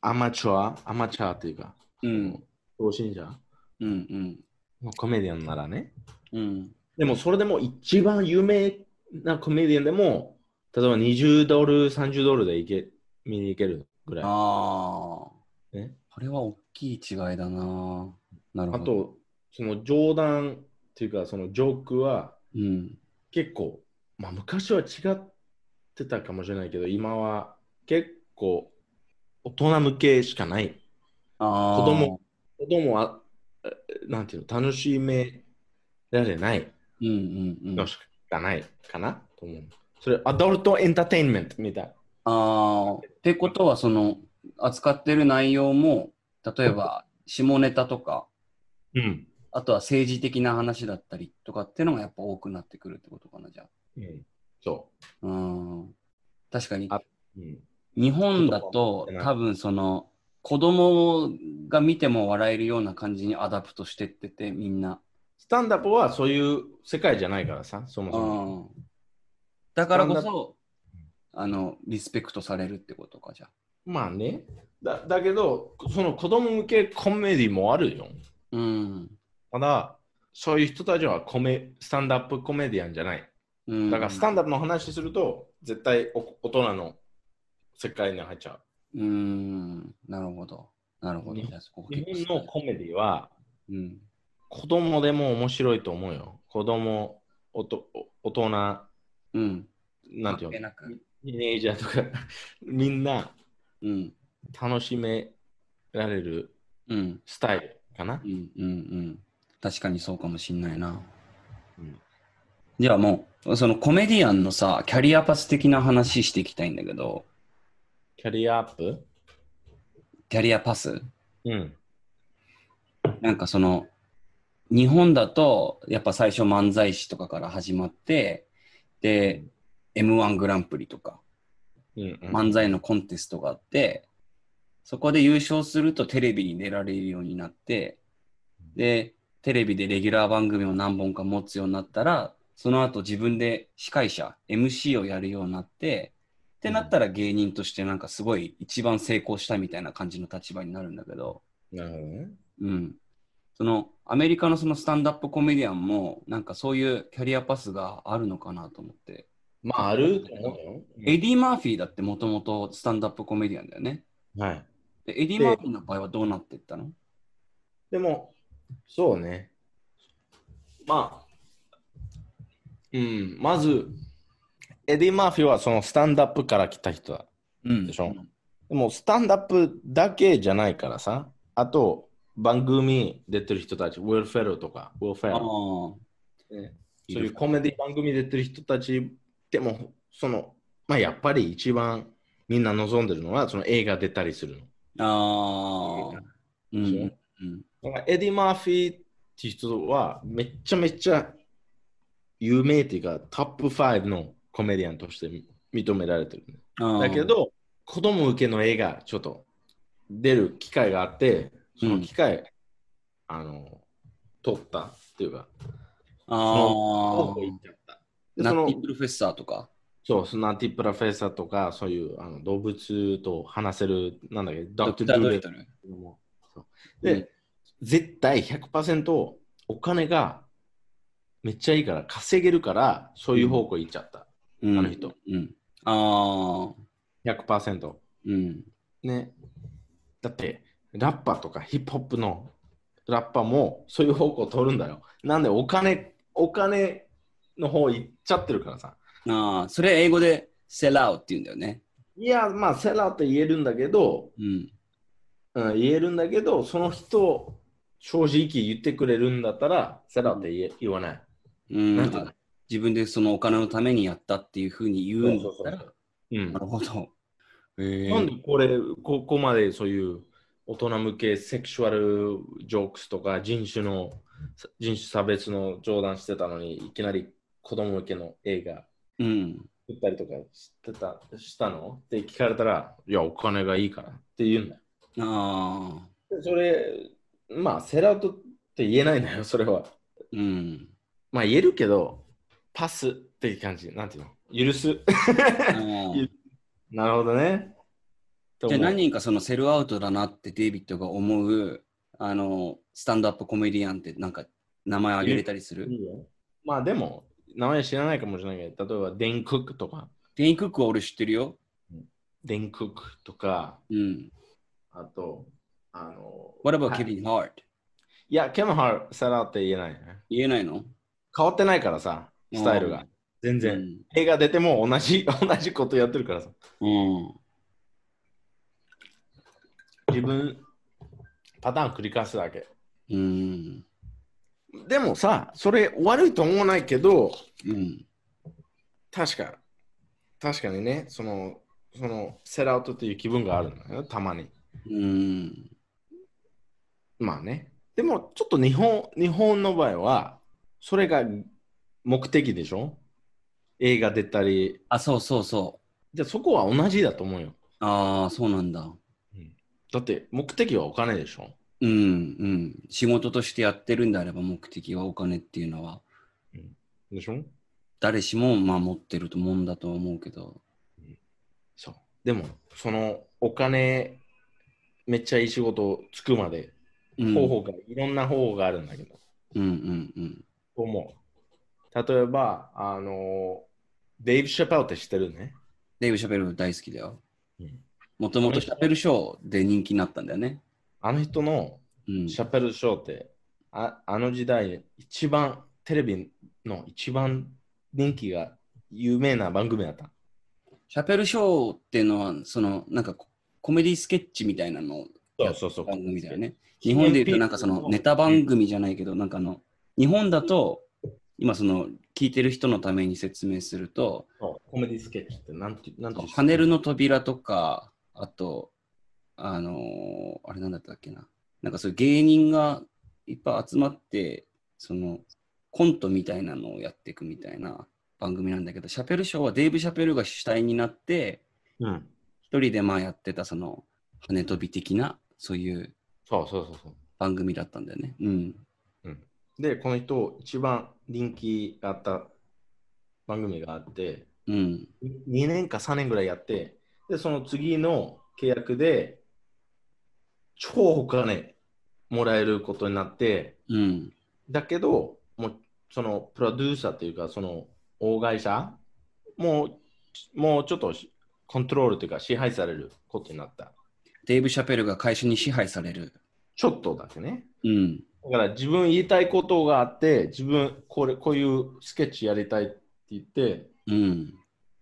Speaker 3: アマチュアアマチュアっていうか、
Speaker 2: うん。
Speaker 3: 投信者
Speaker 2: うんうん。
Speaker 3: のコメディアンならね。
Speaker 2: うん。
Speaker 3: でもそれでも一番有名なコメディアンでも、例えば20ドル、30ドルで行け見に行けるぐらい。あ
Speaker 2: ああ。
Speaker 3: ね
Speaker 2: これは大きい違いだな。なるほど。、
Speaker 3: と、その冗談っていうか、そのジョークは
Speaker 2: うん。
Speaker 3: 結構、まあ昔は違ってたかもしれないけど、今は結構大人向けしかない。
Speaker 2: ああ。
Speaker 3: 子供。子供は、えなんていうの、楽しめられない
Speaker 2: うんうんうん。
Speaker 3: のしかないかなと思う。それ、アダルトエンターテインメントみたい。
Speaker 2: ああ、ってことは、その、扱ってる内容も、例えば、下ネタとか、
Speaker 3: うん。
Speaker 2: あとは政治的な話だったりとかっていうのがやっぱ多くなってくるってことかな、じゃあ。
Speaker 3: うん、そ
Speaker 2: うん。確かに、
Speaker 3: あう。うん、
Speaker 2: 日本だと
Speaker 3: 言葉も
Speaker 2: 多分その、子供が見ても笑えるような感じにアダプトしてってて、みんな。
Speaker 3: スタンダップはそういう世界じゃないからさ、そもそも。
Speaker 2: うん。だからこ
Speaker 3: スタ
Speaker 2: そ、あの、リスペクトされるってことか、じゃあ。
Speaker 3: まあね。だだけど、その子供向けコメディもあるよ。
Speaker 2: うん。
Speaker 3: ただ、そういう人たちはコメスタンダップコメディアンじゃない。
Speaker 2: うん、
Speaker 3: だからスタンダップの話すると、絶対お大人の世界に入っちゃ
Speaker 2: うーん、なるほど。なるほど。
Speaker 3: 日本
Speaker 2: じゃあそこ
Speaker 3: う。日
Speaker 2: 結
Speaker 3: 本
Speaker 2: 構
Speaker 3: のコメディは
Speaker 2: うん。
Speaker 3: 子供でも面白いと思うよ。子供、おとお大
Speaker 2: う
Speaker 3: 人、
Speaker 2: ん。
Speaker 3: なんてい
Speaker 2: 関係
Speaker 3: うの
Speaker 2: なく。
Speaker 3: ティーネイジャーとか、 *laughs* みんな
Speaker 2: うん。
Speaker 3: 楽しめられる
Speaker 2: うん。
Speaker 3: スタイルかな
Speaker 2: う。ん。うん。うん。確かにそうかもしんないな。
Speaker 3: うん
Speaker 2: じゃあもう、そのコメディアンのさ、キャリアパス的な話していきたいんだけど、
Speaker 3: キャリアアップ
Speaker 2: キャリアパス
Speaker 3: うん。
Speaker 2: なんかその、日本だと、やっぱ最初漫才師とかから始まって、で、M1 グランプリとか、
Speaker 3: うん、うん。
Speaker 2: 漫才のコンテストがあって、そこで優勝するとテレビに出られるようになって、で、テレビでレギュラー番組を何本か持つようになったら、その後自分で司会者、MC をやるようになって、ってなったら芸人としてなんかすごい一番成功したみたいな感じの立場になるんだけど、
Speaker 3: なるほどね。
Speaker 2: うん。そのアメリカのそのスタンダップコメディアンもなんかそういうキャリアパスがあるのかなと思って。
Speaker 3: まあ、あると思うよ。
Speaker 2: エディ・マーフィーだってもともとスタンダップコメディアンだよね。
Speaker 3: はい。
Speaker 2: でエディ・マーフィーの場合はどうなってったの
Speaker 3: でも、そうね。まあ、うん、まず、エディ・マーフィーはそのスタンダップから来た人だ。
Speaker 2: うん
Speaker 3: でしょでも、スタンダップだけじゃないからさ。あと、番組出てる人たち、ウェルフェルとか、ウェルフェ
Speaker 2: あ
Speaker 3: ル
Speaker 2: あ。。
Speaker 3: そういうコメディ番組出てる人たちでもそのまあやっぱり一番みんな望んでるのはその映画出たりする
Speaker 2: ああ。う
Speaker 3: でしょ
Speaker 2: ん。うん
Speaker 3: の。だからエディ・マーフィーっていう人はめっちゃめっちゃ有名っていうかトップ5のコメディアンとして認められてる。
Speaker 2: あー
Speaker 3: だけ、ど子供向けの映画ちょっと出る機会があってその機会、あの取ったっていうか
Speaker 2: あ
Speaker 3: 多く行っちゃった。
Speaker 2: あ。
Speaker 3: で
Speaker 2: ナ
Speaker 3: その
Speaker 2: ッティプロフェッサーとか。
Speaker 3: そう、スナーティープロフェッサーとか、そういうあの動物と話せる、なんだっけ、
Speaker 2: ド
Speaker 3: ド
Speaker 2: ク
Speaker 3: ク
Speaker 2: タ
Speaker 3: タ
Speaker 2: ー・
Speaker 3: ー・
Speaker 2: ド
Speaker 3: ド
Speaker 2: リ
Speaker 3: リ
Speaker 2: ト
Speaker 3: ト
Speaker 2: ル。
Speaker 3: ルも。そう
Speaker 2: う
Speaker 3: で
Speaker 2: ん、
Speaker 3: 絶対100%お金がめっちゃいいから、稼げるから、そういう方向行っちゃった。
Speaker 2: うん
Speaker 3: あの人。
Speaker 2: うん。ああ。
Speaker 3: 100%。
Speaker 2: うん。
Speaker 3: ね。だって、ラッパーとかヒップホップのラッパーもそういう方向取るんだよ。なんで、お金、お金の方行っちゃってるからさ。
Speaker 2: ああ。それ英語でセラウって言うんだよね。
Speaker 3: いや、まあ、セラーって言えるんだけど、
Speaker 2: うん。
Speaker 3: うん、言えるんだけど、その人、正直言ってくれるんだったら、セラって言え言わない。
Speaker 2: うん、
Speaker 3: なんていうの
Speaker 2: 自分でそのお金のためにやったっていうふうに言うんだったら、
Speaker 3: うん
Speaker 2: なるほど。え
Speaker 3: なんでこれ、ここまでそういう大人向けセクシュアルジョークスとか人種の、人種差別の冗談してたのに、いきなり子供向けの映画
Speaker 2: うん。
Speaker 3: 作ったりとかしてたしたのって聞かれたら、いや、お金がいいからって言うんだよ。
Speaker 2: ああ。
Speaker 3: でそれ、まあ、セラウトって言えないのよ、それは。
Speaker 2: うん。
Speaker 3: まあ、言えるけど、パスっていう感じ。なんていうの許す。 *laughs*
Speaker 2: あー
Speaker 3: なるほどね。と
Speaker 2: じ
Speaker 3: 思
Speaker 2: ゃあ
Speaker 3: う
Speaker 2: 何人かそのセルアウトだなってデイビッドが思う、あの、スタンドアップコメディアンってなんか名前挙げれたりする
Speaker 3: いいよまあ、でも、名前知らないかもしれないけど、例えば、デン・クックとか、
Speaker 2: デイン・クックは俺知ってるよ。
Speaker 3: デン・クックとか、
Speaker 2: うん。
Speaker 3: あと、あの、
Speaker 2: What about
Speaker 3: はい
Speaker 2: Kevin Hart?
Speaker 3: いや、ケムハル、セラウトって言えないよね。
Speaker 2: 言えないの
Speaker 3: 変わってないからさ、スタイルが。全然。
Speaker 2: うん
Speaker 3: 映画出ても同じ同じことやってるからさ。
Speaker 2: うん。
Speaker 3: 自分、パターン繰り返すだけ。
Speaker 2: うん。
Speaker 3: でもさ、それ悪いと思わないけど、
Speaker 2: うん。
Speaker 3: 確か、確かにね、その、その、セラウトっていう気分があるんだよ、たまに。
Speaker 2: うん。
Speaker 3: まあね。でも、ちょっと日本、日本の場合は、それが目的でしょ映画出たり。
Speaker 2: あ、そうそうそ
Speaker 3: じゃあそこは同じだと思うよ。
Speaker 2: う。ああ、そうなんだ。
Speaker 3: だって、目的はお金でしょ
Speaker 2: うんうん。仕事としてやってるんであれば目的はお金っていうのは
Speaker 3: でしょ
Speaker 2: 誰しもまあ持ってると思うんだとは思うけど。
Speaker 3: そう。でも、そのお金、めっちゃいい仕事つくまで、
Speaker 2: うん、
Speaker 3: 方法が、いろんな方法があるんだけど、
Speaker 2: うんうんうん。
Speaker 3: と思う。例えば、あの、デイブ・シャパウって知ってるね。
Speaker 2: デイブ・シャペル大好きだよ
Speaker 3: うん。
Speaker 2: もともとシャペルショーで人気になったんだよね。
Speaker 3: あの人の
Speaker 2: うん。
Speaker 3: シャペル・ショーって、ああの時代、一番、テレビの一番人気が有名な番組だった。
Speaker 2: シャペルショーっていうのは、その、なんかココメディスケッチみたいなの
Speaker 3: そうそうそう。
Speaker 2: 番組だよね。日本で言うと、なんかそのネタ番組じゃないけど、なんかあの、日本だと、今その、聞いてる人のために説明すると、
Speaker 3: そうコメディスケッチってなんて、なんて
Speaker 2: パネルの扉とか、あと、あのーあれなんだったっけな。なんかそういう芸人がいっぱい集まって、その、コントみたいなのをやっていくみたいな番組なんだけど、シャペルショーはデイブ・シャペルが主体になって、
Speaker 3: うん。
Speaker 2: 一人でまあやってたその羽飛び的なそういう
Speaker 3: そうそうそうそう。
Speaker 2: 番組だったんだよね。うん。
Speaker 3: で、この人、一番人気があった番組があって、
Speaker 2: うん。
Speaker 3: 2年か3年ぐらいやって、で、その次の契約で、超お金もらえることになって、
Speaker 2: うん。
Speaker 3: だけど、もう、そのプロデューサーというか、その大会社、もう、もうちょっとしコントロールというか、支配されることになった。
Speaker 2: デイブ・シャペルが会社に支配される。
Speaker 3: ちょっとだけね。
Speaker 2: うん。
Speaker 3: だから自分言いたいことがあって、自分これ、こういうスケッチやりたいって言って、
Speaker 2: うん。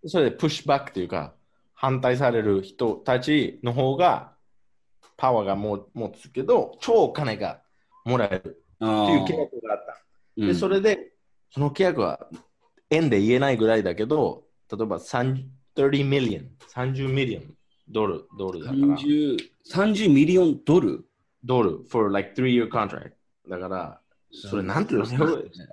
Speaker 3: それでプッシュバックというか、反対される人たちの方が、パワーがもう持つけど、超お金がもらえる
Speaker 2: あ
Speaker 3: っ
Speaker 2: あ。
Speaker 3: ていう契約があった。
Speaker 2: うん
Speaker 3: で、それで、その契約は円で言えないぐらいだけど、例えば30 30ミリオン、30ミリオンドル、ドルだから、
Speaker 2: 30, 30ミリオンドル
Speaker 3: ドル for like three year contract。だから、それなんていうの
Speaker 2: だ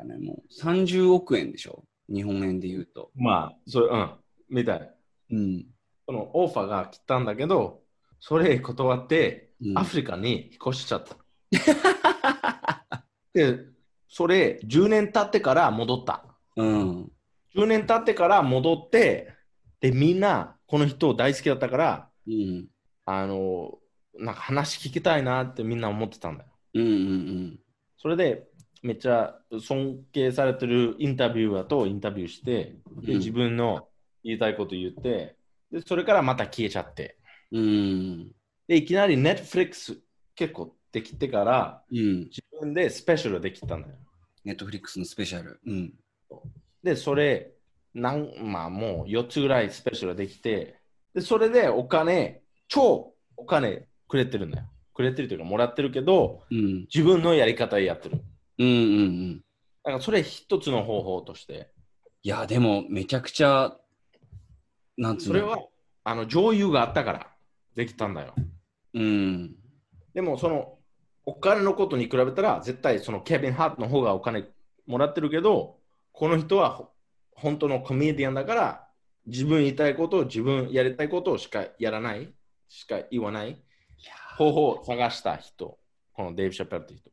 Speaker 2: ね、もう30億円でしょ。日本円で言うと。
Speaker 3: まあ、それ、うん、みたい。
Speaker 2: うん。
Speaker 3: そのオファーが来たんだけど、それ断って、
Speaker 2: うん
Speaker 3: アフリカに引っ越しちゃった。で、それ10年経ってから戻った。
Speaker 2: うん。
Speaker 3: 10年経ってから戻って、で、みんな、この人大好きだったから、
Speaker 2: うん。
Speaker 3: あの、なんか話聞きたいなってみんな思ってたんだよ。
Speaker 2: うんうん
Speaker 3: それで、めっちゃ尊敬されてるインタビュアーとインタビューして、
Speaker 2: うん
Speaker 3: で自分の言いたいこと言って、で、それからまた消えちゃって。
Speaker 2: うん。うん。
Speaker 3: で、いきなり Netflix 結構できてから、
Speaker 2: うん。
Speaker 3: 自分でスペシャルできたんだよ。
Speaker 2: ネットフリックスのスペシャル。うん。
Speaker 3: で、それ、なんまあもう4つぐらいスペシャルできて、で、それでお金、超お金くれてるんだよ。くれてるというか、もらってるけど、
Speaker 2: うん。
Speaker 3: 自分のやり方でやってる。
Speaker 2: うんうんうん。
Speaker 3: だからそれ一つの方法として、
Speaker 2: いや、でも、めちゃくちゃ、なんつう
Speaker 3: そ
Speaker 2: の。
Speaker 3: れは、あの、上優があったからできたんだよ。
Speaker 2: うん。
Speaker 3: でも、その、お金のことに比べたら、絶対そのケビン・ハートの方がお金もらってるけど、この人はほ本当のコメディアンだから、自分言いたいことを自分やりたいことをしかやらない、しか言わない方法を探した人、このデイブ・シャペルって人。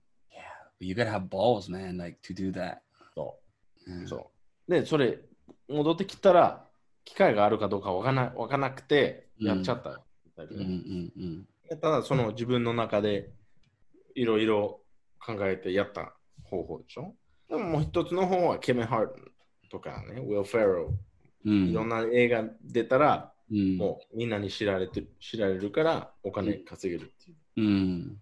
Speaker 2: You gotta have balls, man, like to do that.
Speaker 3: そ
Speaker 2: うん
Speaker 3: うそうで、それ、戻ってきたら、機会があるかどうかわかなわかなくて、やっちゃったよ。
Speaker 2: うんうんうん
Speaker 3: ただ、その自分の中でいろいろ考えてやった方法でしょ。でももう一つの方は、ケメン・ハートンとかね、ウィル・フェロ
Speaker 2: う
Speaker 3: ー、
Speaker 2: ん。
Speaker 3: いろんな映画出たら、
Speaker 2: うん
Speaker 3: もうみんなに知られてる知られるからお金稼げるっていう。
Speaker 2: うん。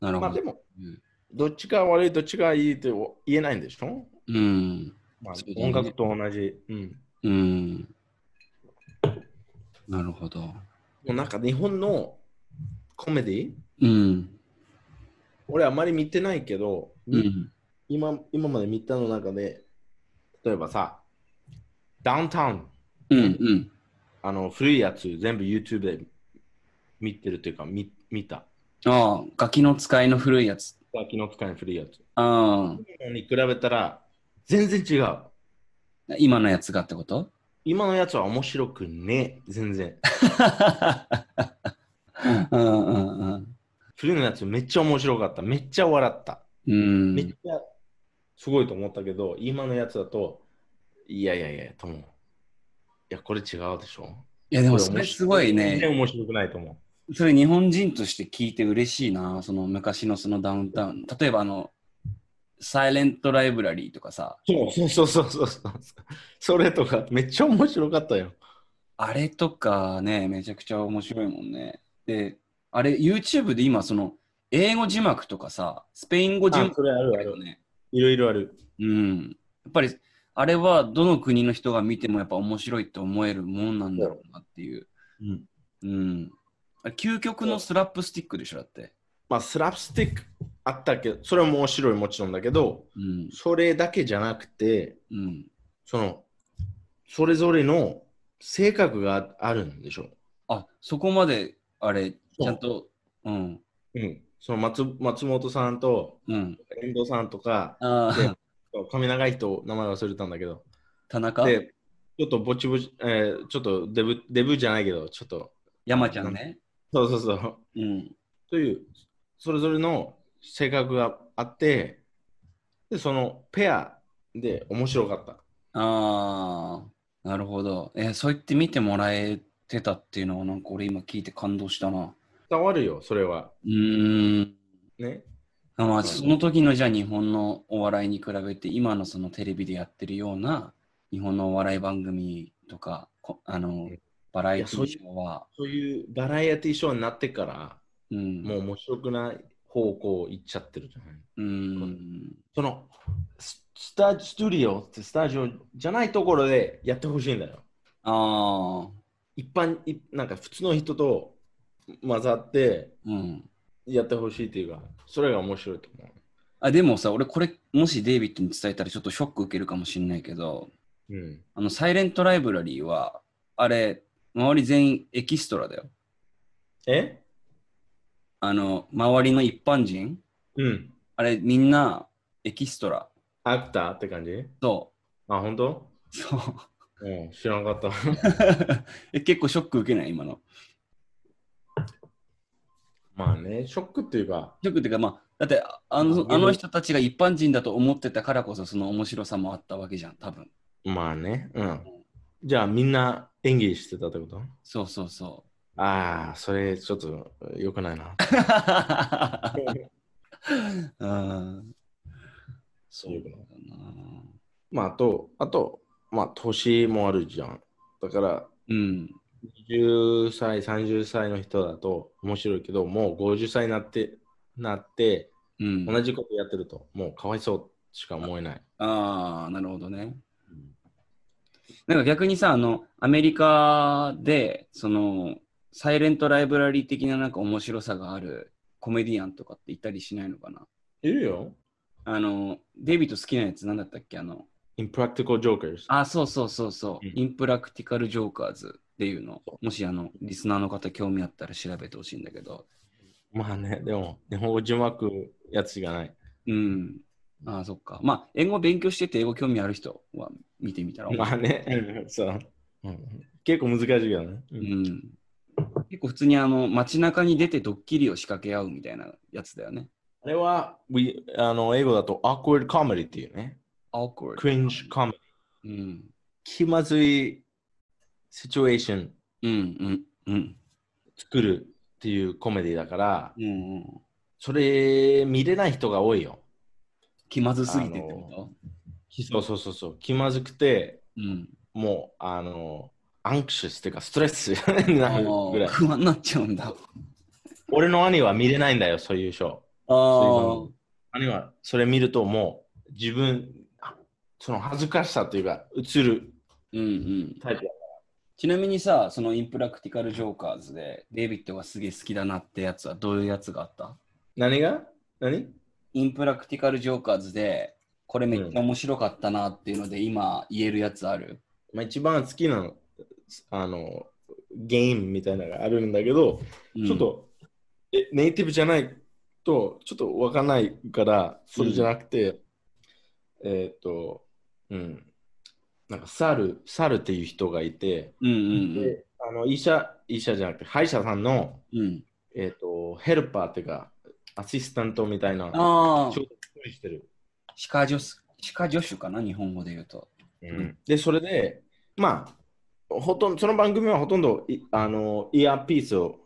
Speaker 2: なる
Speaker 3: ま
Speaker 2: ほ
Speaker 3: あで
Speaker 2: ど。
Speaker 3: も、
Speaker 2: うん
Speaker 3: どっちが悪い、どっちがいいって言えないんでしょ、
Speaker 2: うん。
Speaker 3: まあ
Speaker 2: そうだ、ね
Speaker 3: 音楽と同じ。うん。
Speaker 2: うん。なるほど。
Speaker 3: もうなんか日本のコメディ
Speaker 2: うん。
Speaker 3: 俺あまり見てないけど、
Speaker 2: うん。
Speaker 3: 今今まで見たの中で、例えばさ、ダウンタウン、
Speaker 2: うん。うん。
Speaker 3: あの古いやつ全部 YouTube で見てるというか、見見た。
Speaker 2: ああ、ガキの使いの古いやつ。
Speaker 3: さっきの機会の古いやつ。
Speaker 2: あ
Speaker 3: に比べたら全然違う。
Speaker 2: あ、今のやつがってこと *laughs*
Speaker 3: 今のやつは面白くねえ、全然。
Speaker 2: うんうんうん。
Speaker 3: 古いのやつめっちゃ面白かった。めっちゃ笑った。
Speaker 2: うん
Speaker 3: めっちゃすごいと思ったけど、今のやつだと、いやいやいや、とも。いや、これ違うでしょ。
Speaker 2: いやでも
Speaker 3: こ
Speaker 2: それすごい
Speaker 3: 全
Speaker 2: ね。
Speaker 3: 然面白くないと思
Speaker 2: それ日本人として聞いて嬉しいな。その昔のそのダウンタウン。例えばあの、サイレントライブラリーとかさ、
Speaker 3: う。そうそうそうそうそう。それとか、めっちゃ面白かったよ。
Speaker 2: あれとかね、めちゃくちゃ面白いもんね。で、あれ YouTube で今その、英語字幕とかさ、スペイン語字幕
Speaker 3: それあるあ
Speaker 2: だよ
Speaker 3: る。
Speaker 2: ね。
Speaker 3: いろいろある。
Speaker 2: うん。やっぱり、あれはどの国の人が見てもやっぱ面白いって思えるもんなんだろうなっていう。
Speaker 3: うん、
Speaker 2: うん。あれ究極のスラップスティックでしょ、だって。
Speaker 3: まあ、スラップスティックあったけど、それも面白いもちろんだけど、
Speaker 2: うん。
Speaker 3: それだけじゃなくて、
Speaker 2: うん。
Speaker 3: その、それぞれの性格があるんでしょ。
Speaker 2: あ、そこまで、あれ、ち
Speaker 3: そう
Speaker 2: ゃんと、うん。
Speaker 3: うん。その松松本さんと
Speaker 2: うん。
Speaker 3: 遠藤さんとか、
Speaker 2: ああ、
Speaker 3: 髪長い人、名前忘れたんだけど、
Speaker 2: 田中
Speaker 3: で、ちょっとぼちぼち、えーちょっとデブデブじゃないけど、ちょっと、
Speaker 2: 山ちゃんね。
Speaker 3: そうそうそう、
Speaker 2: うん。
Speaker 3: という、それぞれの性格があって、で、そのペアで面白かった。
Speaker 2: ああ、なるほど。えーそう言って見てもらえてたっていうのは、なんか俺今聞いて感動したな。
Speaker 3: 伝わるよ、それは。
Speaker 2: うーん。
Speaker 3: ね。
Speaker 2: まあ、
Speaker 3: そう
Speaker 2: その時のじゃあ日本のお笑いに比べて今のそのテレビでやってるような日本のお笑い番組とかこあの
Speaker 3: ん
Speaker 2: バラエティーショーは
Speaker 3: そういうバラエティショーになってから、
Speaker 2: うん
Speaker 3: もう面白くない方向行っちゃってるじゃない。
Speaker 2: うん
Speaker 3: そのススタスタジオってスタジオじゃないところでやってほしいんだよ。
Speaker 2: ああ
Speaker 3: 一般いなんか普通の人と混ざって
Speaker 2: うん
Speaker 3: やってほしいっていうか、それが面白いと思
Speaker 2: あでもさ俺これもしデイビッドに伝えたらちょっとショック受けるかもしれないけど
Speaker 3: う。うん。
Speaker 2: あのサイレントライブラリーはあれ周り全員エキストラだよ
Speaker 3: え
Speaker 2: あの周りの一般人
Speaker 3: うん。
Speaker 2: あれみんなエキストラ
Speaker 3: アクターって感じ
Speaker 2: そ
Speaker 3: あ、本当
Speaker 2: う *laughs* そう
Speaker 3: うん、知らなかった。
Speaker 2: え結構ショック受けない今の。
Speaker 3: まあね、ショックっていうか、
Speaker 2: ショックっていうか、まあ、だってああのあの人たちが一般人だと思ってたからこそその面白さもあったわけじゃん、多分。
Speaker 3: まあね、うん。じゃあみんな演技してたってこと
Speaker 2: そうそうそ
Speaker 3: ああ、それちょっと良くない *laughs* な。
Speaker 2: う。うんそうだな。
Speaker 3: まあ、あと、あと、まあ、年もあるじゃん。だから、
Speaker 2: うん。
Speaker 3: 10歳、30歳の人だと面白いけど、もう50歳になって、なって、
Speaker 2: うん、
Speaker 3: 同じことやってると、もうかわいそうしか思えない。
Speaker 2: ああ、なるほどね。なんか逆にさ、あの、アメリカで、その、サイレントライブラリー的ななんか面白さがあるコメディアンとかっていたりしないのかない
Speaker 3: るよ。
Speaker 2: あの、デイビッド好きなやつなんだったっけあの、
Speaker 3: Impractical Jokers。
Speaker 2: あ、そうそうそうそう、
Speaker 3: うん
Speaker 2: インプラクティカルジョーカーズっていうの、もしあの、リスナーの方興味あったら調べてほしいんだけど、
Speaker 3: まあね、でも、日本語字幕やつがない。
Speaker 2: うん。あ、そっか。まあ、英語勉強してて英語興味ある人は見てみたら。
Speaker 3: まあね、そう、うん結構難しいけどね。
Speaker 2: う
Speaker 3: う
Speaker 2: んん、結構普通にあの街中に出てドッキリを仕掛け合うみたいなやつだよね。
Speaker 3: あれは、we- あの英語だと awkward comedy っていうね。
Speaker 2: awkward。
Speaker 3: cringe comedy。
Speaker 2: うん。
Speaker 3: 気まずいシチュエーション
Speaker 2: うんうんうん。
Speaker 3: 作るっていうコメディだから、
Speaker 2: うんうん、
Speaker 3: それ見れない人が多いよ。
Speaker 2: 気まずすぎてってこと、
Speaker 3: そうそうそうそう。気まずくて、
Speaker 2: うん。
Speaker 3: もう、あの、アンクシュスっていうか、ストレスになるぐら
Speaker 2: あー。
Speaker 3: い
Speaker 2: 不安になっちゃうんだ。あ
Speaker 3: 俺の兄は見れないんだよ、そういうショー。
Speaker 2: あ。
Speaker 3: 兄はそれ見ると、もう、自分、その恥ずかしさというか、映る
Speaker 2: うんうん。
Speaker 3: タイプだ
Speaker 2: ちなみにさ、そのインプラクティカルジョーカーズでデイビッドがすげえ好きだなってやつはどういうやつがあった
Speaker 3: 何が何
Speaker 2: インプラクティカルジョーカーズでこれめっちゃ面白かったなっていうので今言えるやつある、
Speaker 3: まあ、一番好きなの、あの、ゲームみたいなのがあるんだけど、
Speaker 2: うん
Speaker 3: ちょっとえネイティブじゃないとちょっとわかんないからそれじゃなくて、えーっ、とうんなんかサルサルっていう人がいて、
Speaker 2: うんうん
Speaker 3: であの医者医者じゃなくて歯医者さんの、
Speaker 2: うんうん。
Speaker 3: えーっとヘルパーっていうかアシスタントみたいな
Speaker 2: ああ
Speaker 3: ちょ。っと一人してる、
Speaker 2: 歯科助手歯科助手かな日本語で言うと。ん
Speaker 3: でそれでまあほとんどその番組はほとんどいあのイヤーピースを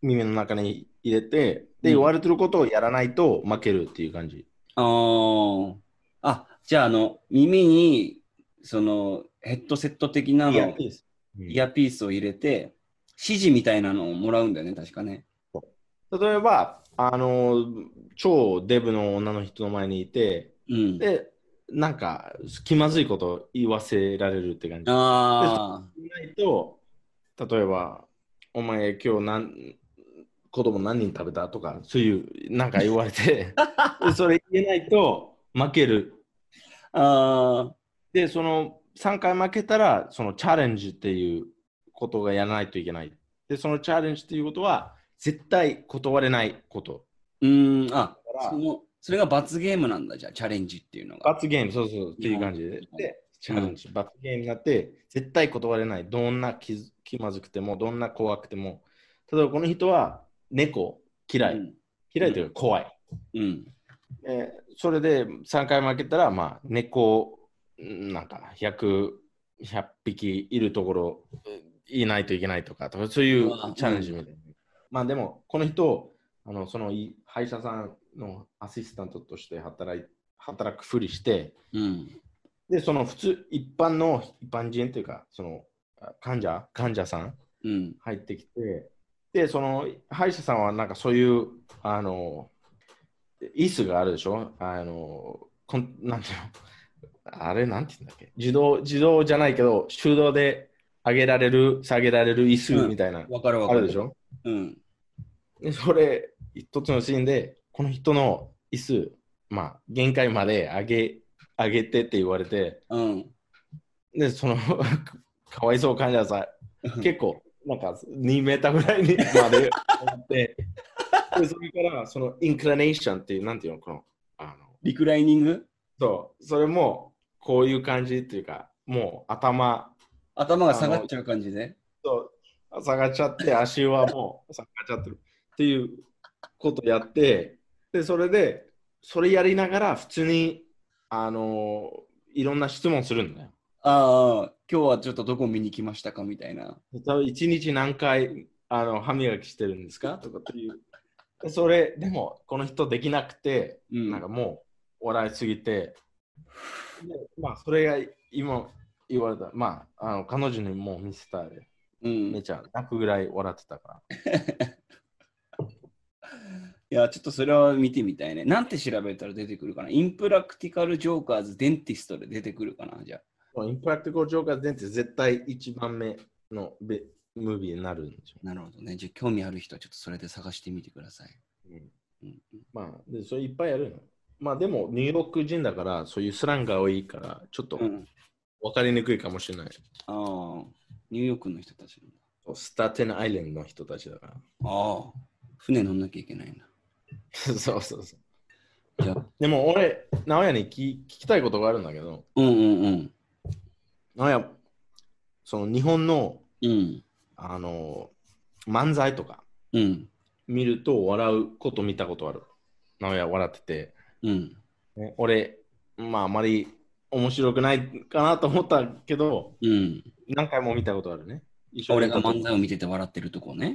Speaker 3: 耳の中に入れて
Speaker 2: う
Speaker 3: で
Speaker 2: ん
Speaker 3: 言われてることをやらないと負けるっていう感じ、
Speaker 2: ああ。あ、じゃあ、あの、耳に、その、ヘッドセット的なの、イヤ
Speaker 3: ピース。
Speaker 2: ピースを入れて、指示みたいなのをもらうんだよね、確かね。
Speaker 3: 例えば、あの、超デブの女の人の前にいて、
Speaker 2: うん。
Speaker 3: で、なんか、気まずいことを言わせられるって感じ。
Speaker 2: ああ。
Speaker 3: いないと、例えば、お前今日何、子供何人食べたとか、そういう、なんか言われて、でそれ言えないと負ける。
Speaker 2: ああ。
Speaker 3: で、その3回負けたら、そのチャレンジっていうことがやらないといけない。で、そのチャレンジっていうことは、絶対断れないこと。
Speaker 2: うーん。あ
Speaker 3: だから
Speaker 2: その、それが罰ゲームなんだ、じゃあ、チャレンジっていうのが。
Speaker 3: 罰ゲーム、そうそう、っていう感じで。で、チャレンジ、罰ゲームになって、絶対断れない。どんな気づ気まずくても、どんな怖くても。例えば、この人は猫嫌い。
Speaker 2: うん
Speaker 3: 嫌いというか怖い。
Speaker 2: うん。
Speaker 3: えーそれで3回負けたら、まあ、猫、んなんか100、100匹いるところ、えいないといけないとか、とかそういう
Speaker 2: うわ
Speaker 3: チャレンジみたいな。まあでも、この人、あのそのい歯医者さんのアシスタントとして働い働くふりして、
Speaker 2: うん。
Speaker 3: で、その普通、一般の一般人というか、そのあ患者、患者さん
Speaker 2: うん。
Speaker 3: 入ってきて、で、その歯医者さんはなんかそういう、あの、椅子があるでしょあの、こんなんていうの、あれなんていうんだっけ自動、自動じゃないけど、手動で上げられる、下げられる椅子みたいな、
Speaker 2: わかるわ
Speaker 3: あ
Speaker 2: かる。
Speaker 3: るでしょ
Speaker 2: うん。
Speaker 3: で、それ、一つのシーンで、この人の椅子、まあ、限界まで上げ、上げてって言われて、
Speaker 2: うん。
Speaker 3: で、その *laughs* かわいそう患者さん、結構、なんか2メーターぐらいに *laughs* まで上がって、でそれから、そのインクラネーションっていう、なんていうの、この、あの、
Speaker 2: リクライニング
Speaker 3: そう、それも、こういう感じっていうか、もう頭、
Speaker 2: 頭が下がっちゃう感じで。
Speaker 3: そう下がっちゃって、足はもう下がっちゃってるっていうことやって、で、それで、それやりながら、普通に、あの、いろんな質問するんだよ。
Speaker 2: ああ、今日はちょっとどこ見に来ましたかみたいな。
Speaker 3: 多分一日何回あの歯磨きしてるんですかとかっていう。でそれでもこの人できなくて、
Speaker 2: うん
Speaker 3: なんかもう笑いすぎて、でまあそれが今言われた、まああの彼女にもう見せたで、
Speaker 2: う
Speaker 3: め
Speaker 2: ん、
Speaker 3: ちゃ泣くぐらい笑ってたから。
Speaker 2: いや、ちょっとそれは見てみたいね。なんて調べたら出てくるかなインプラクティカル・ジョーカーズ・デンティストで出てくるかなじゃあ。
Speaker 3: もうインプラクティコル・ジョーカーズ伝って絶対一番目のベムービーになるんですよ。
Speaker 2: なるほどね。じゃあ、興味ある人はちょっとそれで探してみてください。うん
Speaker 3: まあでそれいっぱいやるの。まあでもニューヨーク人だからそういうスランが多いからちょっと
Speaker 2: うん、
Speaker 3: 分かりにくいかもしれない。
Speaker 2: ああ、ニューヨークの人たちなんだ。
Speaker 3: スターテンアイランドの人たちだから。
Speaker 2: ああ、船乗んなきゃいけないんだ。
Speaker 3: *laughs* そうそうそう。
Speaker 2: じゃあ、
Speaker 3: でも俺、直哉に聞き聞きたいことがあるんだけど、
Speaker 2: うんうんうん。
Speaker 3: なんや、その日本の、
Speaker 2: うん。
Speaker 3: あの、漫才とか
Speaker 2: うん。
Speaker 3: 見ると笑うこと見たことある。なんや、笑ってて。
Speaker 2: うん。
Speaker 3: ね俺、まあ、あまり面白くないかなと思ったけど、
Speaker 2: うん。
Speaker 3: 何回も見たことあるね。一緒に
Speaker 2: 俺が漫才を見てて笑ってるとこね。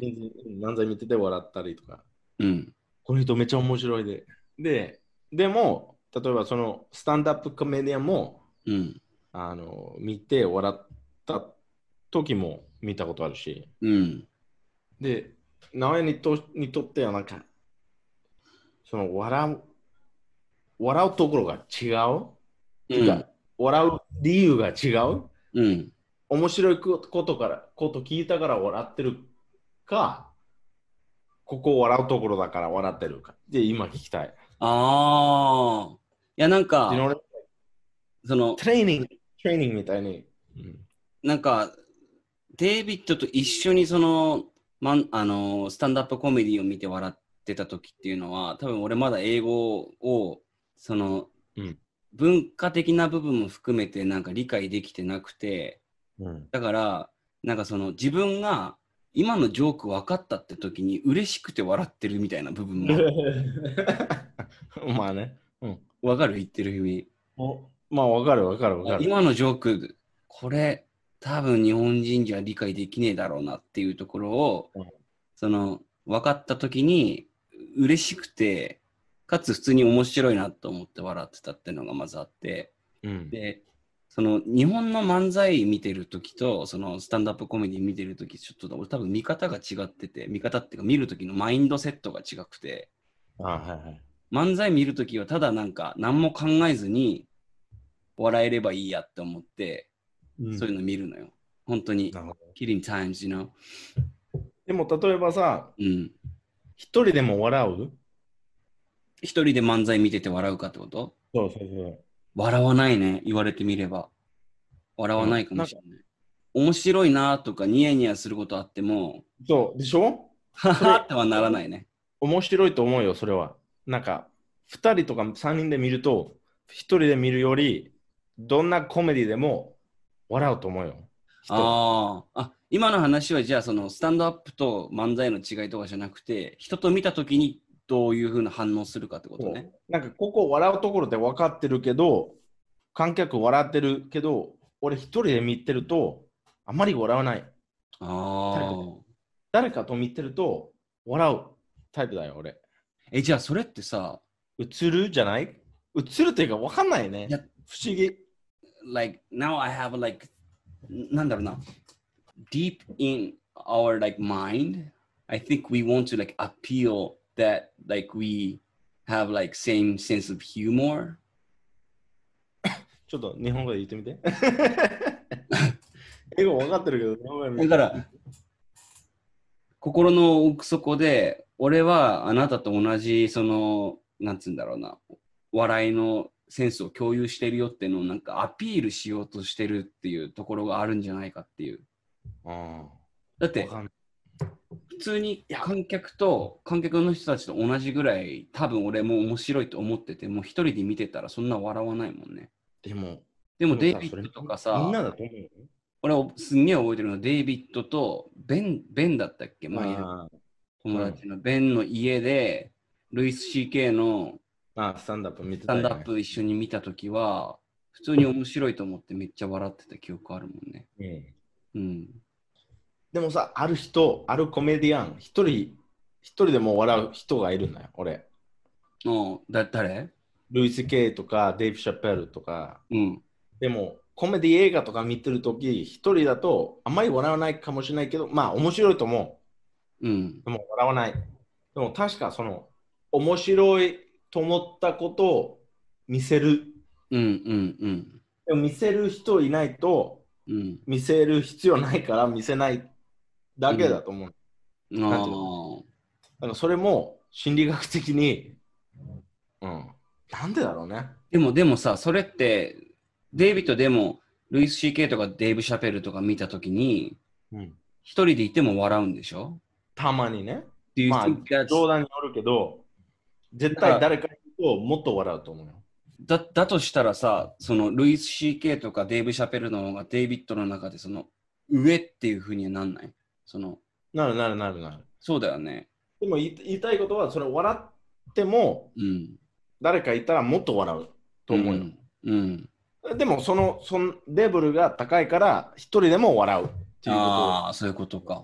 Speaker 3: 漫才見てて笑ったりとか。
Speaker 2: うん。
Speaker 3: この人めっちゃ面白いで。で、でも、例えばそのスタンダップコメディアンも、
Speaker 2: うん。
Speaker 3: あの、見て笑った時も見たことあるし、
Speaker 2: うん。
Speaker 3: で、直江にとにとってはなんか、その笑う、笑うところが違う、
Speaker 2: う
Speaker 3: て
Speaker 2: ん
Speaker 3: か。笑う理由が違う
Speaker 2: うん。
Speaker 3: 面白いことから、こと聞いたから笑ってるか、ここ笑うところだから笑ってるか。で、今聞きたい。
Speaker 2: ああ。いや、なんか
Speaker 3: You、know what I mean?
Speaker 2: その、
Speaker 3: トレーニング、トレーニングみたいに。
Speaker 2: なんか、デイビッドと一緒にその、まんあのスタンダップコメディを見て笑ってた時っていうのは、多分俺まだ英語を、その、
Speaker 3: うん
Speaker 2: 文化的な部分も含めてなんか理解できてなくて、
Speaker 3: うん。
Speaker 2: だから、なんかその自分が今のジョーク分かったって時に嬉しくて笑ってるみたいな部分 *laughs* も、
Speaker 3: *laughs* まあね。
Speaker 2: わかる言ってる意味。
Speaker 3: おまあ、わかるわかるわかる。
Speaker 2: 今のジョーク、これ、多分日本人じゃ理解できねえだろうなっていうところを、
Speaker 3: うん
Speaker 2: その、分かった時に、嬉しくて、かつ普通に面白いなと思って笑ってたっていうのがまずあって、
Speaker 3: うん
Speaker 2: で、その日本の漫才見てる時と、そのスタンダップコメディ見てる時ちょっと俺多分見方が違ってて、見方っていうか見る時のマインドセットが違くて、
Speaker 3: あはいはい。
Speaker 2: 漫才見るときはただなんか何も考えずに笑えればいいやって思って、
Speaker 3: うん
Speaker 2: そういうの見るのよ。本当に
Speaker 3: な。るほど
Speaker 2: Killing times, you know?
Speaker 3: でも、例えばさ、
Speaker 2: うん。
Speaker 3: 一人でも笑う
Speaker 2: 一人で漫才見てて笑うかってこと
Speaker 3: そうそうそう。
Speaker 2: 笑わないね、言われてみれば。笑わないかもしれない。面白いなとかニヤニヤすることあって
Speaker 3: *laughs*
Speaker 2: も、
Speaker 3: そう、でしょ
Speaker 2: ははってはならないね。
Speaker 3: 面白いと思うよ、それは。なんか、二人とか三人で見ると、一人で見るより、どんなコメディでも笑うと思うよ。
Speaker 2: あーあ、今の話はじゃあそのスタンドアップと漫才の違いとかじゃなくて、人と見たときにどういうふうな反応するかってことね。
Speaker 3: なんかここ笑うところで分かってるけど、観客笑ってるけど、俺一人で見てると、あまり笑わない。
Speaker 2: ああ。
Speaker 3: 誰かと見てると、笑うタイプだよ、俺。
Speaker 2: え、じゃあそれってさ、
Speaker 3: 映るじゃない映るっていうか分かんないね
Speaker 2: いや。
Speaker 3: 不思議。
Speaker 2: like now I have like んなんだろうな deep in our like mind I think we want to like appeal that like we have like same sense of humor
Speaker 3: ちょっと日本語で言ってみて。 *laughs* 英語分かってるけど、日本語で見
Speaker 2: だ
Speaker 3: て
Speaker 2: から心の奥底で俺はあなたと同じそのなんつうんだろうな笑いのセンスを共有してるよっていうのをなんかアピールしようとしてるっていうところがあるんじゃないかっていう
Speaker 3: うん
Speaker 2: だって
Speaker 3: 分かんない
Speaker 2: 普通に観客と観客の人たちと同じぐらい多分俺も面白いと思っててもう一人で見てたらそんな笑わないもんね
Speaker 3: でも、
Speaker 2: でもデイ
Speaker 3: でもさ
Speaker 2: ビッドとか
Speaker 3: それみんな
Speaker 2: さ
Speaker 3: だと思うよ。
Speaker 2: 俺すんげえ覚えてるのデイビッドとベンベンだったっけ前
Speaker 3: あ
Speaker 2: 友達のベンの家でルイス CK の
Speaker 3: ーあー、スタンダップ見て
Speaker 2: ス
Speaker 3: た
Speaker 2: タ
Speaker 3: よ
Speaker 2: ン
Speaker 3: ね
Speaker 2: ダップ一緒に見た時は普通に面白いと思ってめっちゃ笑ってた記憶あるもんね
Speaker 3: うん
Speaker 2: うん
Speaker 3: でもさ、ある人、あるコメディアン、一人、一人でも笑う人がいるんだよ、俺。
Speaker 2: あだ誰
Speaker 3: ルイス・ケイとか、デイブ・シャペルとか。
Speaker 2: うん
Speaker 3: でも、コメディ映画とか見てるとき、一人だと、あんまり笑わないかもしれないけど、まあ、面白いと思
Speaker 2: うん
Speaker 3: う。でも、笑わない。でも、確か、その、面白いと思ったことを見せる。
Speaker 2: うんうんうん
Speaker 3: でも、見せる人いないと、
Speaker 2: うん
Speaker 3: 見せる必要ないから、見せないだけだと思う。
Speaker 2: あ
Speaker 3: なんていう
Speaker 2: あ
Speaker 3: なんかそれも心理学的に、うん、なんでだろうね。
Speaker 2: でもでもさ、それって、デイビッドでも、ルイス CK とかデイブ・シャペルとか見たときに、一人でいても笑うんでしょ
Speaker 3: たまにね、
Speaker 2: Do you
Speaker 3: まあ
Speaker 2: think that's-
Speaker 3: 冗談によるけど、絶対誰かに言うともっと笑うと思うよ。
Speaker 2: だだとしたらさ、そのルイス CK とかデイブ・シャペルの方がデイビッドの中でその上っていうふうにはなんないその
Speaker 3: なるなるなるなる。
Speaker 2: そうだよね。
Speaker 3: でも言い言いたいことは、それ笑っても、
Speaker 2: うん。
Speaker 3: 誰かいたらもっと笑うと思うよ。
Speaker 2: うん。うん、
Speaker 3: でもその、そのレベルが高いから、一人でも笑うっていうこ
Speaker 2: ああ、そういうことか。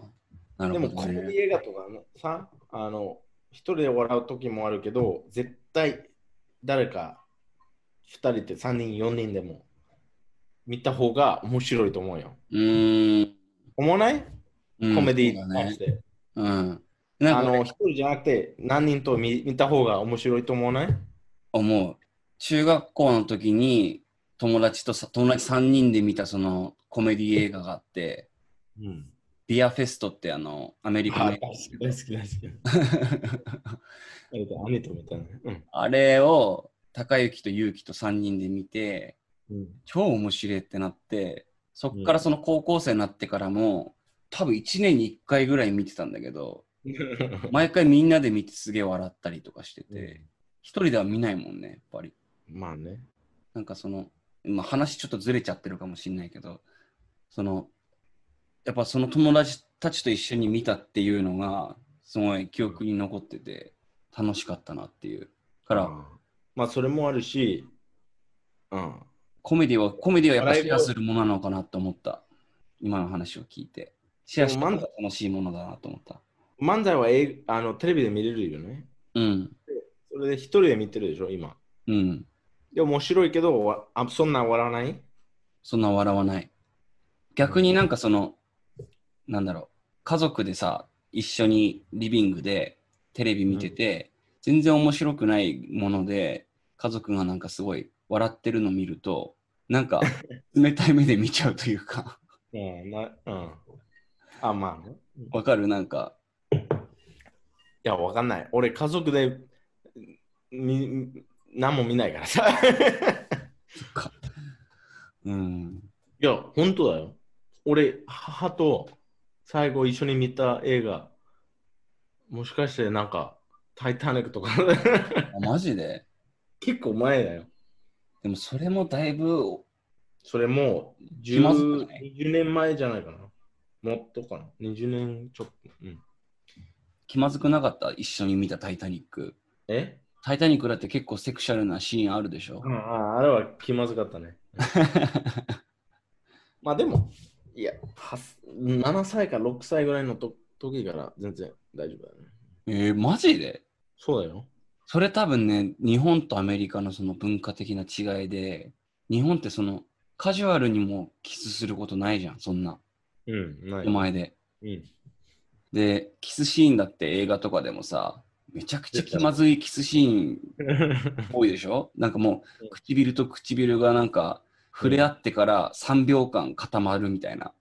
Speaker 2: な
Speaker 3: と
Speaker 2: る
Speaker 3: で
Speaker 2: ほど、
Speaker 3: もコメデ
Speaker 2: ね。
Speaker 3: ィ映画とかのさ、あの、一人で笑う時もあるけど、絶対誰か二人って三人、四人でも見た方が面白いと思うよ。
Speaker 2: うーん。
Speaker 3: 思わない
Speaker 2: うん
Speaker 3: コメディ
Speaker 2: そう
Speaker 3: に
Speaker 2: だ
Speaker 3: 関
Speaker 2: ね
Speaker 3: し。て。
Speaker 2: うん。な
Speaker 3: あ
Speaker 2: んか
Speaker 3: の、一人じゃなくて何人と見見た方が面白いと思わない
Speaker 2: 思う。中学校の時に友達とさ友達3人で見たそのコメディ映画があって、
Speaker 3: うん。
Speaker 2: ビアフェストってあのアメリカ
Speaker 3: あ
Speaker 2: の
Speaker 3: 大好き大好き大好き。えっと、兄とみたいな。うん。
Speaker 2: *laughs* あれを高之と勇気と3人で見て、
Speaker 3: うん、
Speaker 2: 超面白いってなって、そっからその高校生になってからも、多分1年に1回ぐらい見てたんだけど、 *laughs* 毎回みんなで見てすげえ笑ったりとかしてて、一人では見ないもんね、やっぱり。
Speaker 3: まあね。
Speaker 2: なんかその、まあ、話ちょっとずれちゃってるかもしれないけど、その、やっぱその友達たちと一緒に見たっていうのが、すごい記憶に残ってて、楽しかったなっていう。から、
Speaker 3: まあ、それもあるし、うん。
Speaker 2: コメディは、コメディはやっぱ
Speaker 3: 笑い
Speaker 2: シ
Speaker 3: 声
Speaker 2: ェアするものなのかなと思った。今の話を聞いて。シェアしたら楽しいものだなと思った。
Speaker 3: 漫才はえあのテレビで見れるよね。
Speaker 2: うん。
Speaker 3: それで一人で見てるでしょ、今。
Speaker 2: うん。
Speaker 3: で、面白いけど、わあそんな笑わない
Speaker 2: そんな笑わない。逆になんかその、なんだろう、家族でさ、一緒にリビングでテレビ見てて、全然面白くないもので、家族がなんかすごい笑ってるの見ると、なんか冷たい目で見ちゃうというか、
Speaker 3: うん。なうん、あ、まあね。い
Speaker 2: わかるなんか、
Speaker 3: や、わかんない。俺、家族でみ何も見ないからさ。
Speaker 2: うん。
Speaker 3: いや、本当だよ。俺、母と最後一緒に見た映画、もしかしてなんか、タイタニック *laughs* とか
Speaker 2: あマジで
Speaker 3: 結構前だよ。
Speaker 2: でもそれもだいぶ、
Speaker 3: それもう
Speaker 2: 気まずく
Speaker 3: 10
Speaker 2: な、
Speaker 3: 20年前じゃないかな。もっとかな。20年ちょっと。うん、
Speaker 2: 気まずくなかった一緒に見たタイタニック。
Speaker 3: え
Speaker 2: タイタニックだって結構セクシャルなシーンあるでしょ
Speaker 3: あ。ああれは気まずかった *laughs* ね。まあでも、いや、はす7歳か6歳ぐらいのと時から全然大丈夫だね。
Speaker 2: えー、マジで
Speaker 3: そうだよ。
Speaker 2: それ多分ね、日本とアメリカのその文化的な違いで、日本ってそのカジュアルにもキスすることないじゃん、そんな、
Speaker 3: うん、ない。
Speaker 2: 手前で。
Speaker 3: うん
Speaker 2: で、キスシーンだって映画とかでもさ、めちゃくちゃ気まずいキスシーン多いでしょなんかもう
Speaker 3: う
Speaker 2: ん唇と唇がなんか触れ合ってから3秒間固まるみたいな、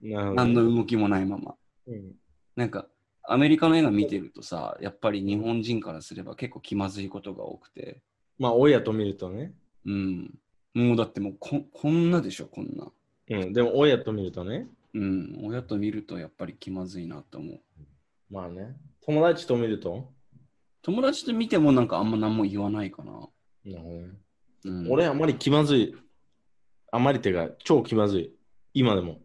Speaker 3: なるほど
Speaker 2: 何の動きもないまま。
Speaker 3: うん
Speaker 2: なんかアメリカの映画見てるとさ、やっぱり日本人からすれば結構気まずいことが多くて。
Speaker 3: まあ、親と見るとね。
Speaker 2: うん。もうだってもうここんなでしょ、こんな。
Speaker 3: うん、でも、親と見るとね。
Speaker 2: うん。親と見るとやっぱり気まずいなと思う。
Speaker 3: まあね。友達と見ると。
Speaker 2: 友達と見てもなんかあんま何も言わないかな。
Speaker 3: なるほどね
Speaker 2: うん、
Speaker 3: 俺、あまり気まずい。あまりっていうか、超気まずい。今でも。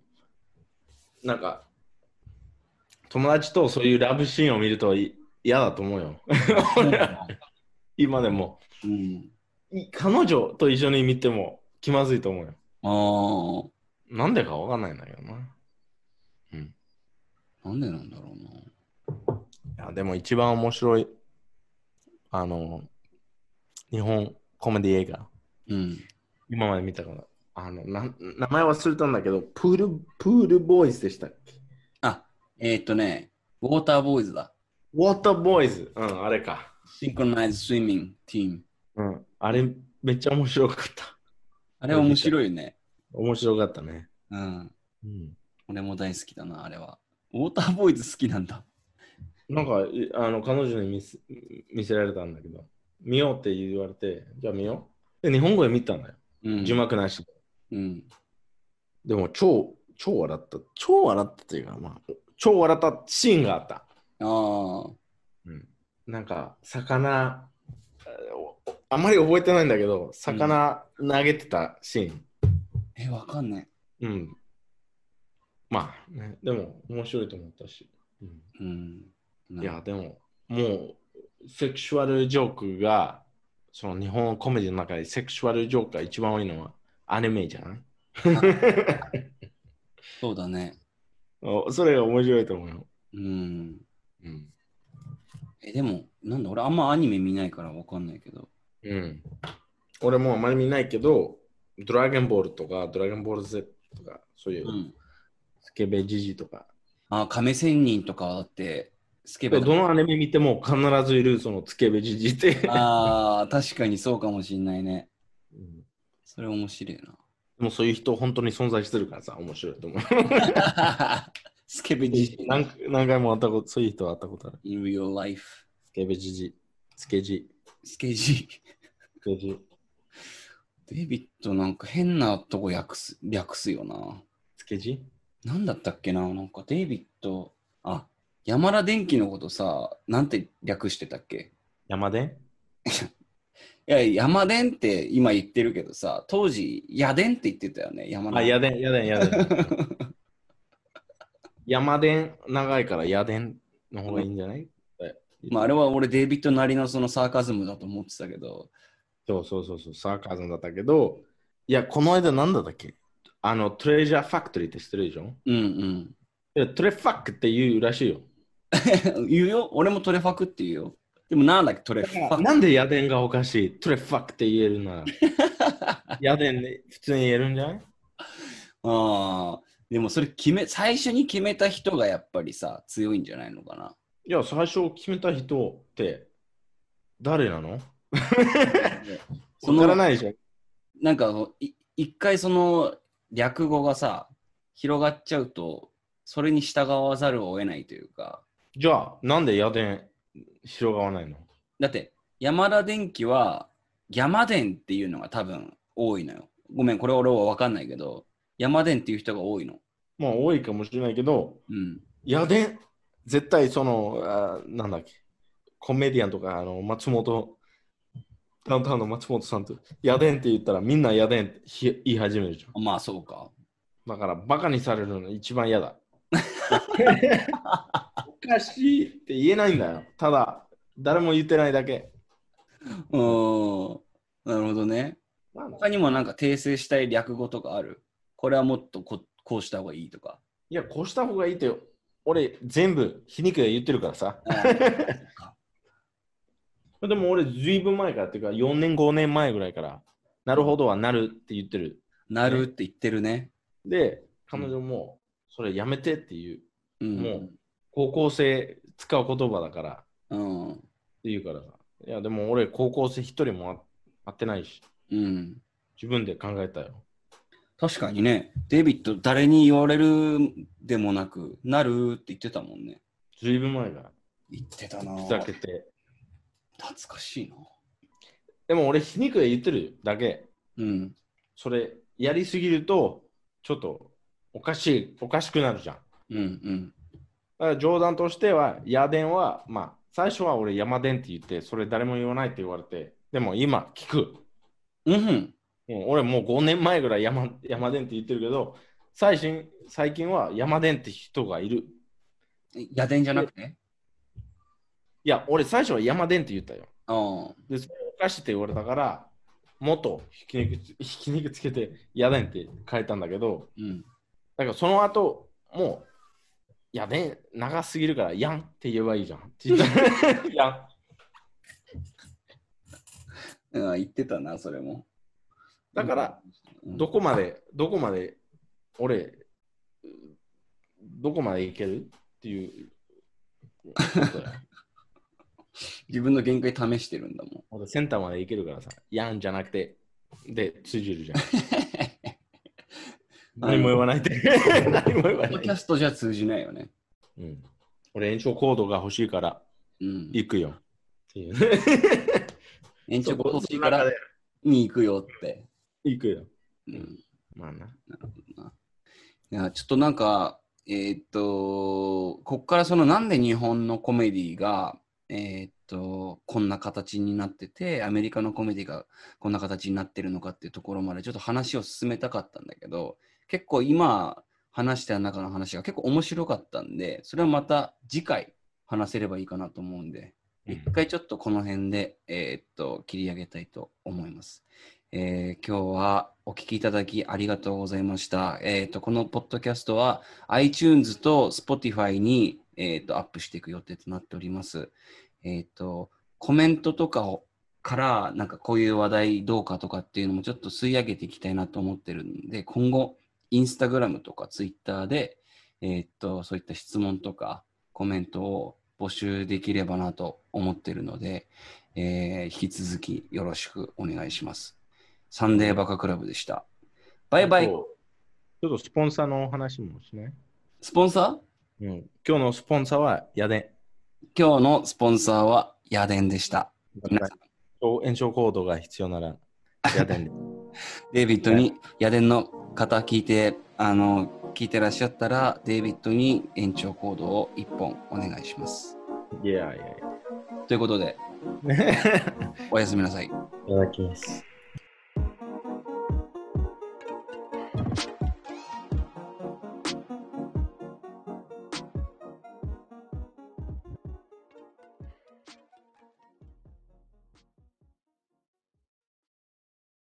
Speaker 3: なんか、友達とそういうラブシーンを見るとい嫌だと思うよ。 *laughs* 今でも。
Speaker 2: うん。
Speaker 3: い彼女と一緒に見ても気まずいと思うよ。
Speaker 2: あ
Speaker 3: なんでかわかんないんだけどな。
Speaker 2: あ、なんでなんだろうな。
Speaker 3: いやでも一番面白い、あの、日本コメディ映画。
Speaker 2: うん。
Speaker 3: 今まで見たから。あの、なん名前忘れたんだけど、プール、プールボーイズでしたっけ
Speaker 2: あ、えーっとね、ウォーターボーイズだ。
Speaker 3: ウォーターボーイズ。うん、あれか。
Speaker 2: シンクロナイズスイミングチーム。
Speaker 3: うん。あれ、めっちゃ面白かった。
Speaker 2: あれ面白いよね。
Speaker 3: 面白かったね。
Speaker 2: うん。
Speaker 3: うん。
Speaker 2: 俺も大好きだな、あれは。ウォーターボーイズ好きなんだ。
Speaker 3: なんか、いあの、彼女に見せ見せられたんだけど、見ようって言われて、じゃあ見よう。で、日本語で見たんだよ。
Speaker 2: うん。
Speaker 3: 字幕なしで。
Speaker 2: うん。
Speaker 3: でも、超、超笑った。超笑ったっていうか、まあ、超笑ったシーンがあった。
Speaker 2: ああ。
Speaker 3: なんか、魚、ああんまり覚えてないんだけど、魚投げてたシーン。
Speaker 2: え、わかんない。
Speaker 3: うん。まあ、ね、でも面白いと思ったし。うん
Speaker 2: うん。ない
Speaker 3: や、でも、もう、セクシュアルジョークが、その日本コメディの中でセクシュアルジョークが一番多いのはアニメじゃない
Speaker 2: そうだね。
Speaker 3: おそれが面白いと思うよ。
Speaker 2: うん。
Speaker 3: うん。
Speaker 2: え、でも、なんだ、俺あんまアニメ見ないからわかんないけど。
Speaker 3: うん、俺もあまり見ないけど、ドラゴンボールとか、ドラゴンボール Z とか、そういうう、
Speaker 2: ん。
Speaker 3: スケベジジとか。
Speaker 2: あ、亀仙人とかはだって、スケベ
Speaker 3: ど
Speaker 2: だ
Speaker 3: のアニメ見ても必ずいる、そのスケベジジって。
Speaker 2: *laughs* ああ、確かにそうかもしんないね。
Speaker 3: うん
Speaker 2: それ面白いな。
Speaker 3: でもそういう人本当に存在してるからさ、面白いと思う。
Speaker 2: *laughs* スケベ自身。
Speaker 3: *laughs* 何何回も会ったこと、そういう人は会ったことある。
Speaker 2: In real life.
Speaker 3: スケベジジ、スケジ、
Speaker 2: スケジ。
Speaker 3: スケジ、
Speaker 2: デイビッドなんか変なとこ略す略すよな。
Speaker 3: スケジ
Speaker 2: なんだったっけななんかデイビッド、あ、山田電機のことさ、なんて略してたっけ
Speaker 3: 山で
Speaker 2: いや、山電って今言ってるけどさ、当時、野電って言ってたよね、山田。
Speaker 3: あ、やでん、やでん、やでん。山でん、長いからやでんの方がいいんじゃない、
Speaker 2: まあ、あれは俺、デイビッドなりのそのサーカズムだと思ってたけど、
Speaker 3: そうそうそうそう、サーカーズムだったけど、いや、この間なんだったっけあの、トレジャーファクトリーって知ってるでしょ
Speaker 2: うんうん。
Speaker 3: いやトレファックって言うらしいよ。
Speaker 2: *laughs* 言うよ、俺もトレファクって言うよ。でもなんだっけ、トレファク。
Speaker 3: なんでやでんがおかしいトレファックって言える
Speaker 2: *laughs*
Speaker 3: なら。やでんで普通に言えるんじゃない
Speaker 2: ああ、でもそれ決め、最初に決めた人がやっぱりさ、強いんじゃないのかな。
Speaker 3: いや、最初決めた人って誰なの
Speaker 2: そ
Speaker 3: わから
Speaker 2: の、
Speaker 3: ないでしょ。
Speaker 2: なんかい、一回その略語がさ、広がっちゃうと、それに従わざるを得ないというか、
Speaker 3: じゃあ、なんでやでん広がらないの
Speaker 2: だって、山田電機は、山電っていうのが多分多いのよ。ごめん、これ俺は分かんないけど、山電っていう人が多いの。
Speaker 3: まあ、多いかもしれないけど、
Speaker 2: うん。
Speaker 3: やでん、絶対その、あーなんだっけ、コメディアンとか、あの松本、ダウンタウンの松本さんと、やでんって言ったらみんなやでんってひ言い始めるじゃん。
Speaker 2: まあ、そうか。
Speaker 3: だから、バカにされるの一番嫌だ。おかしいって言えないんだよ。ただ、誰も言ってないだけ。
Speaker 2: うーん。なるほどね。
Speaker 3: なんだ
Speaker 2: 他にもなんか訂正したい略語とかあるこれはもっとここうした方がいいと *laughs* か。
Speaker 3: いや、こうした方がいいって、俺、全部皮肉で言ってるからさ。
Speaker 2: あーそっか
Speaker 3: でも俺、ずいぶん前から、っていうか、4年、5年前ぐらいから、なるほどはなるって言ってる。
Speaker 2: なるって言ってるね。
Speaker 3: で、彼女も、それやめてっていう、
Speaker 2: うん。
Speaker 3: も高校生使う言葉だからって
Speaker 2: うん。
Speaker 3: 言うからさ。いや、でも俺、高校生一人も会ってないし、
Speaker 2: うん。
Speaker 3: 自分で考えたよ。
Speaker 2: 確かにね、デイビッド誰に言われるでもなく、なるって言ってたもんね。
Speaker 3: ずいぶん前から、
Speaker 2: 言ってたなぁ
Speaker 3: ふざけて。
Speaker 2: 懐かしいな
Speaker 3: でも俺、皮肉で言ってるだけ。
Speaker 2: うん。
Speaker 3: それ、やりすぎると、ちょっと、おかしい、おかしくなるじゃん。
Speaker 2: うんうん。
Speaker 3: だから冗談としては、ヤ電は、まあ、最初は俺、山電って言って、それ誰も言わないって言われて、でも今、聞く。
Speaker 2: うんふん。
Speaker 3: もう俺、もう5年前ぐらい山山電って言ってるけど、最新最近は山電って人がいる。
Speaker 2: 野伝じゃなくて
Speaker 3: いや、俺、最初は山電って言ったよ。
Speaker 2: ああ。
Speaker 3: で、それおかしいって言われたから、もっとひき肉つ *laughs* ひき肉つけて、ヤ電って変えたんだけど、
Speaker 2: うん。
Speaker 3: だからその後、もう、ヤ電長すぎるから、ヤンって言えばいい
Speaker 2: *laughs*
Speaker 3: じゃん。って言ったヤン
Speaker 2: ああ言ってたな、それも。
Speaker 3: だから、
Speaker 2: うん、
Speaker 3: どこまで、どこまで、俺、うんどこまでいけるっていう。ことだよ
Speaker 2: 自分の限界試してるんだもん。
Speaker 3: 俺、センターまでいけるからさ、やんじゃなくて、で、通じ
Speaker 2: *laughs*
Speaker 3: るじゃん。何も言わないで。 *laughs* 何も言
Speaker 2: ポッ
Speaker 3: わな
Speaker 2: ドキャ
Speaker 3: い、
Speaker 2: ストじゃ通じないよね。
Speaker 3: うん。俺、延長コードが欲しいから、
Speaker 2: うん。
Speaker 3: 行くよ。っ
Speaker 2: *laughs*
Speaker 3: ていうね。
Speaker 2: 延長コー
Speaker 3: そ
Speaker 2: チ
Speaker 3: の
Speaker 2: か
Speaker 3: 中
Speaker 2: ら
Speaker 3: で
Speaker 2: に行くよって。
Speaker 3: *laughs* 行くよ。
Speaker 2: うん、
Speaker 3: まあな。
Speaker 2: いやちょっとなんか、えーっと、こっからそのなんで日本のコメディが、えーっと、こんな形になってて、アメリカのコメディがこんな形になってるのかっていうところまでちょっと話を進めたかったんだけど、結構今話した中の話が結構面白かったんで、それはまた次回話せればいいかなと思うんで、
Speaker 3: うん
Speaker 2: 一回ちょっとこの辺で、えーっと、切り上げたいと思います。えー今日はお聞きいただきありがとうございました。えーっと、このポッドキャストは iTunes と Spotify に、えーっと、アップしていく予定となっております。えーっと、コメントとかをから、なんかこういう話題どうかとかっていうのもちょっと吸い上げていきたいなと思ってるんで、今後、インスタグラムとかツイッターで、えーっと、そういった質問とか、コメントを募集できればなと思ってるので、えー引き続きよろしくお願いします。サンデーバカクラブでした。バイバ
Speaker 3: ち
Speaker 2: イ。
Speaker 3: ょっとスポンサーのお話もしない、
Speaker 2: スポンサ
Speaker 3: うん、今日のスポンサーはやで
Speaker 2: ー今日のスポンサーはヤデンでした。皆さん、
Speaker 3: 延長コードが必要なら、やでんで。
Speaker 2: デイビッドにヤデンの方聞いて、あの、聞いてらっしゃったら、デイビッドに延長コードを1本お願いします。
Speaker 3: *laughs* いやいやい
Speaker 2: ということで、
Speaker 3: や。
Speaker 2: おやすみなさい。
Speaker 3: いただきます。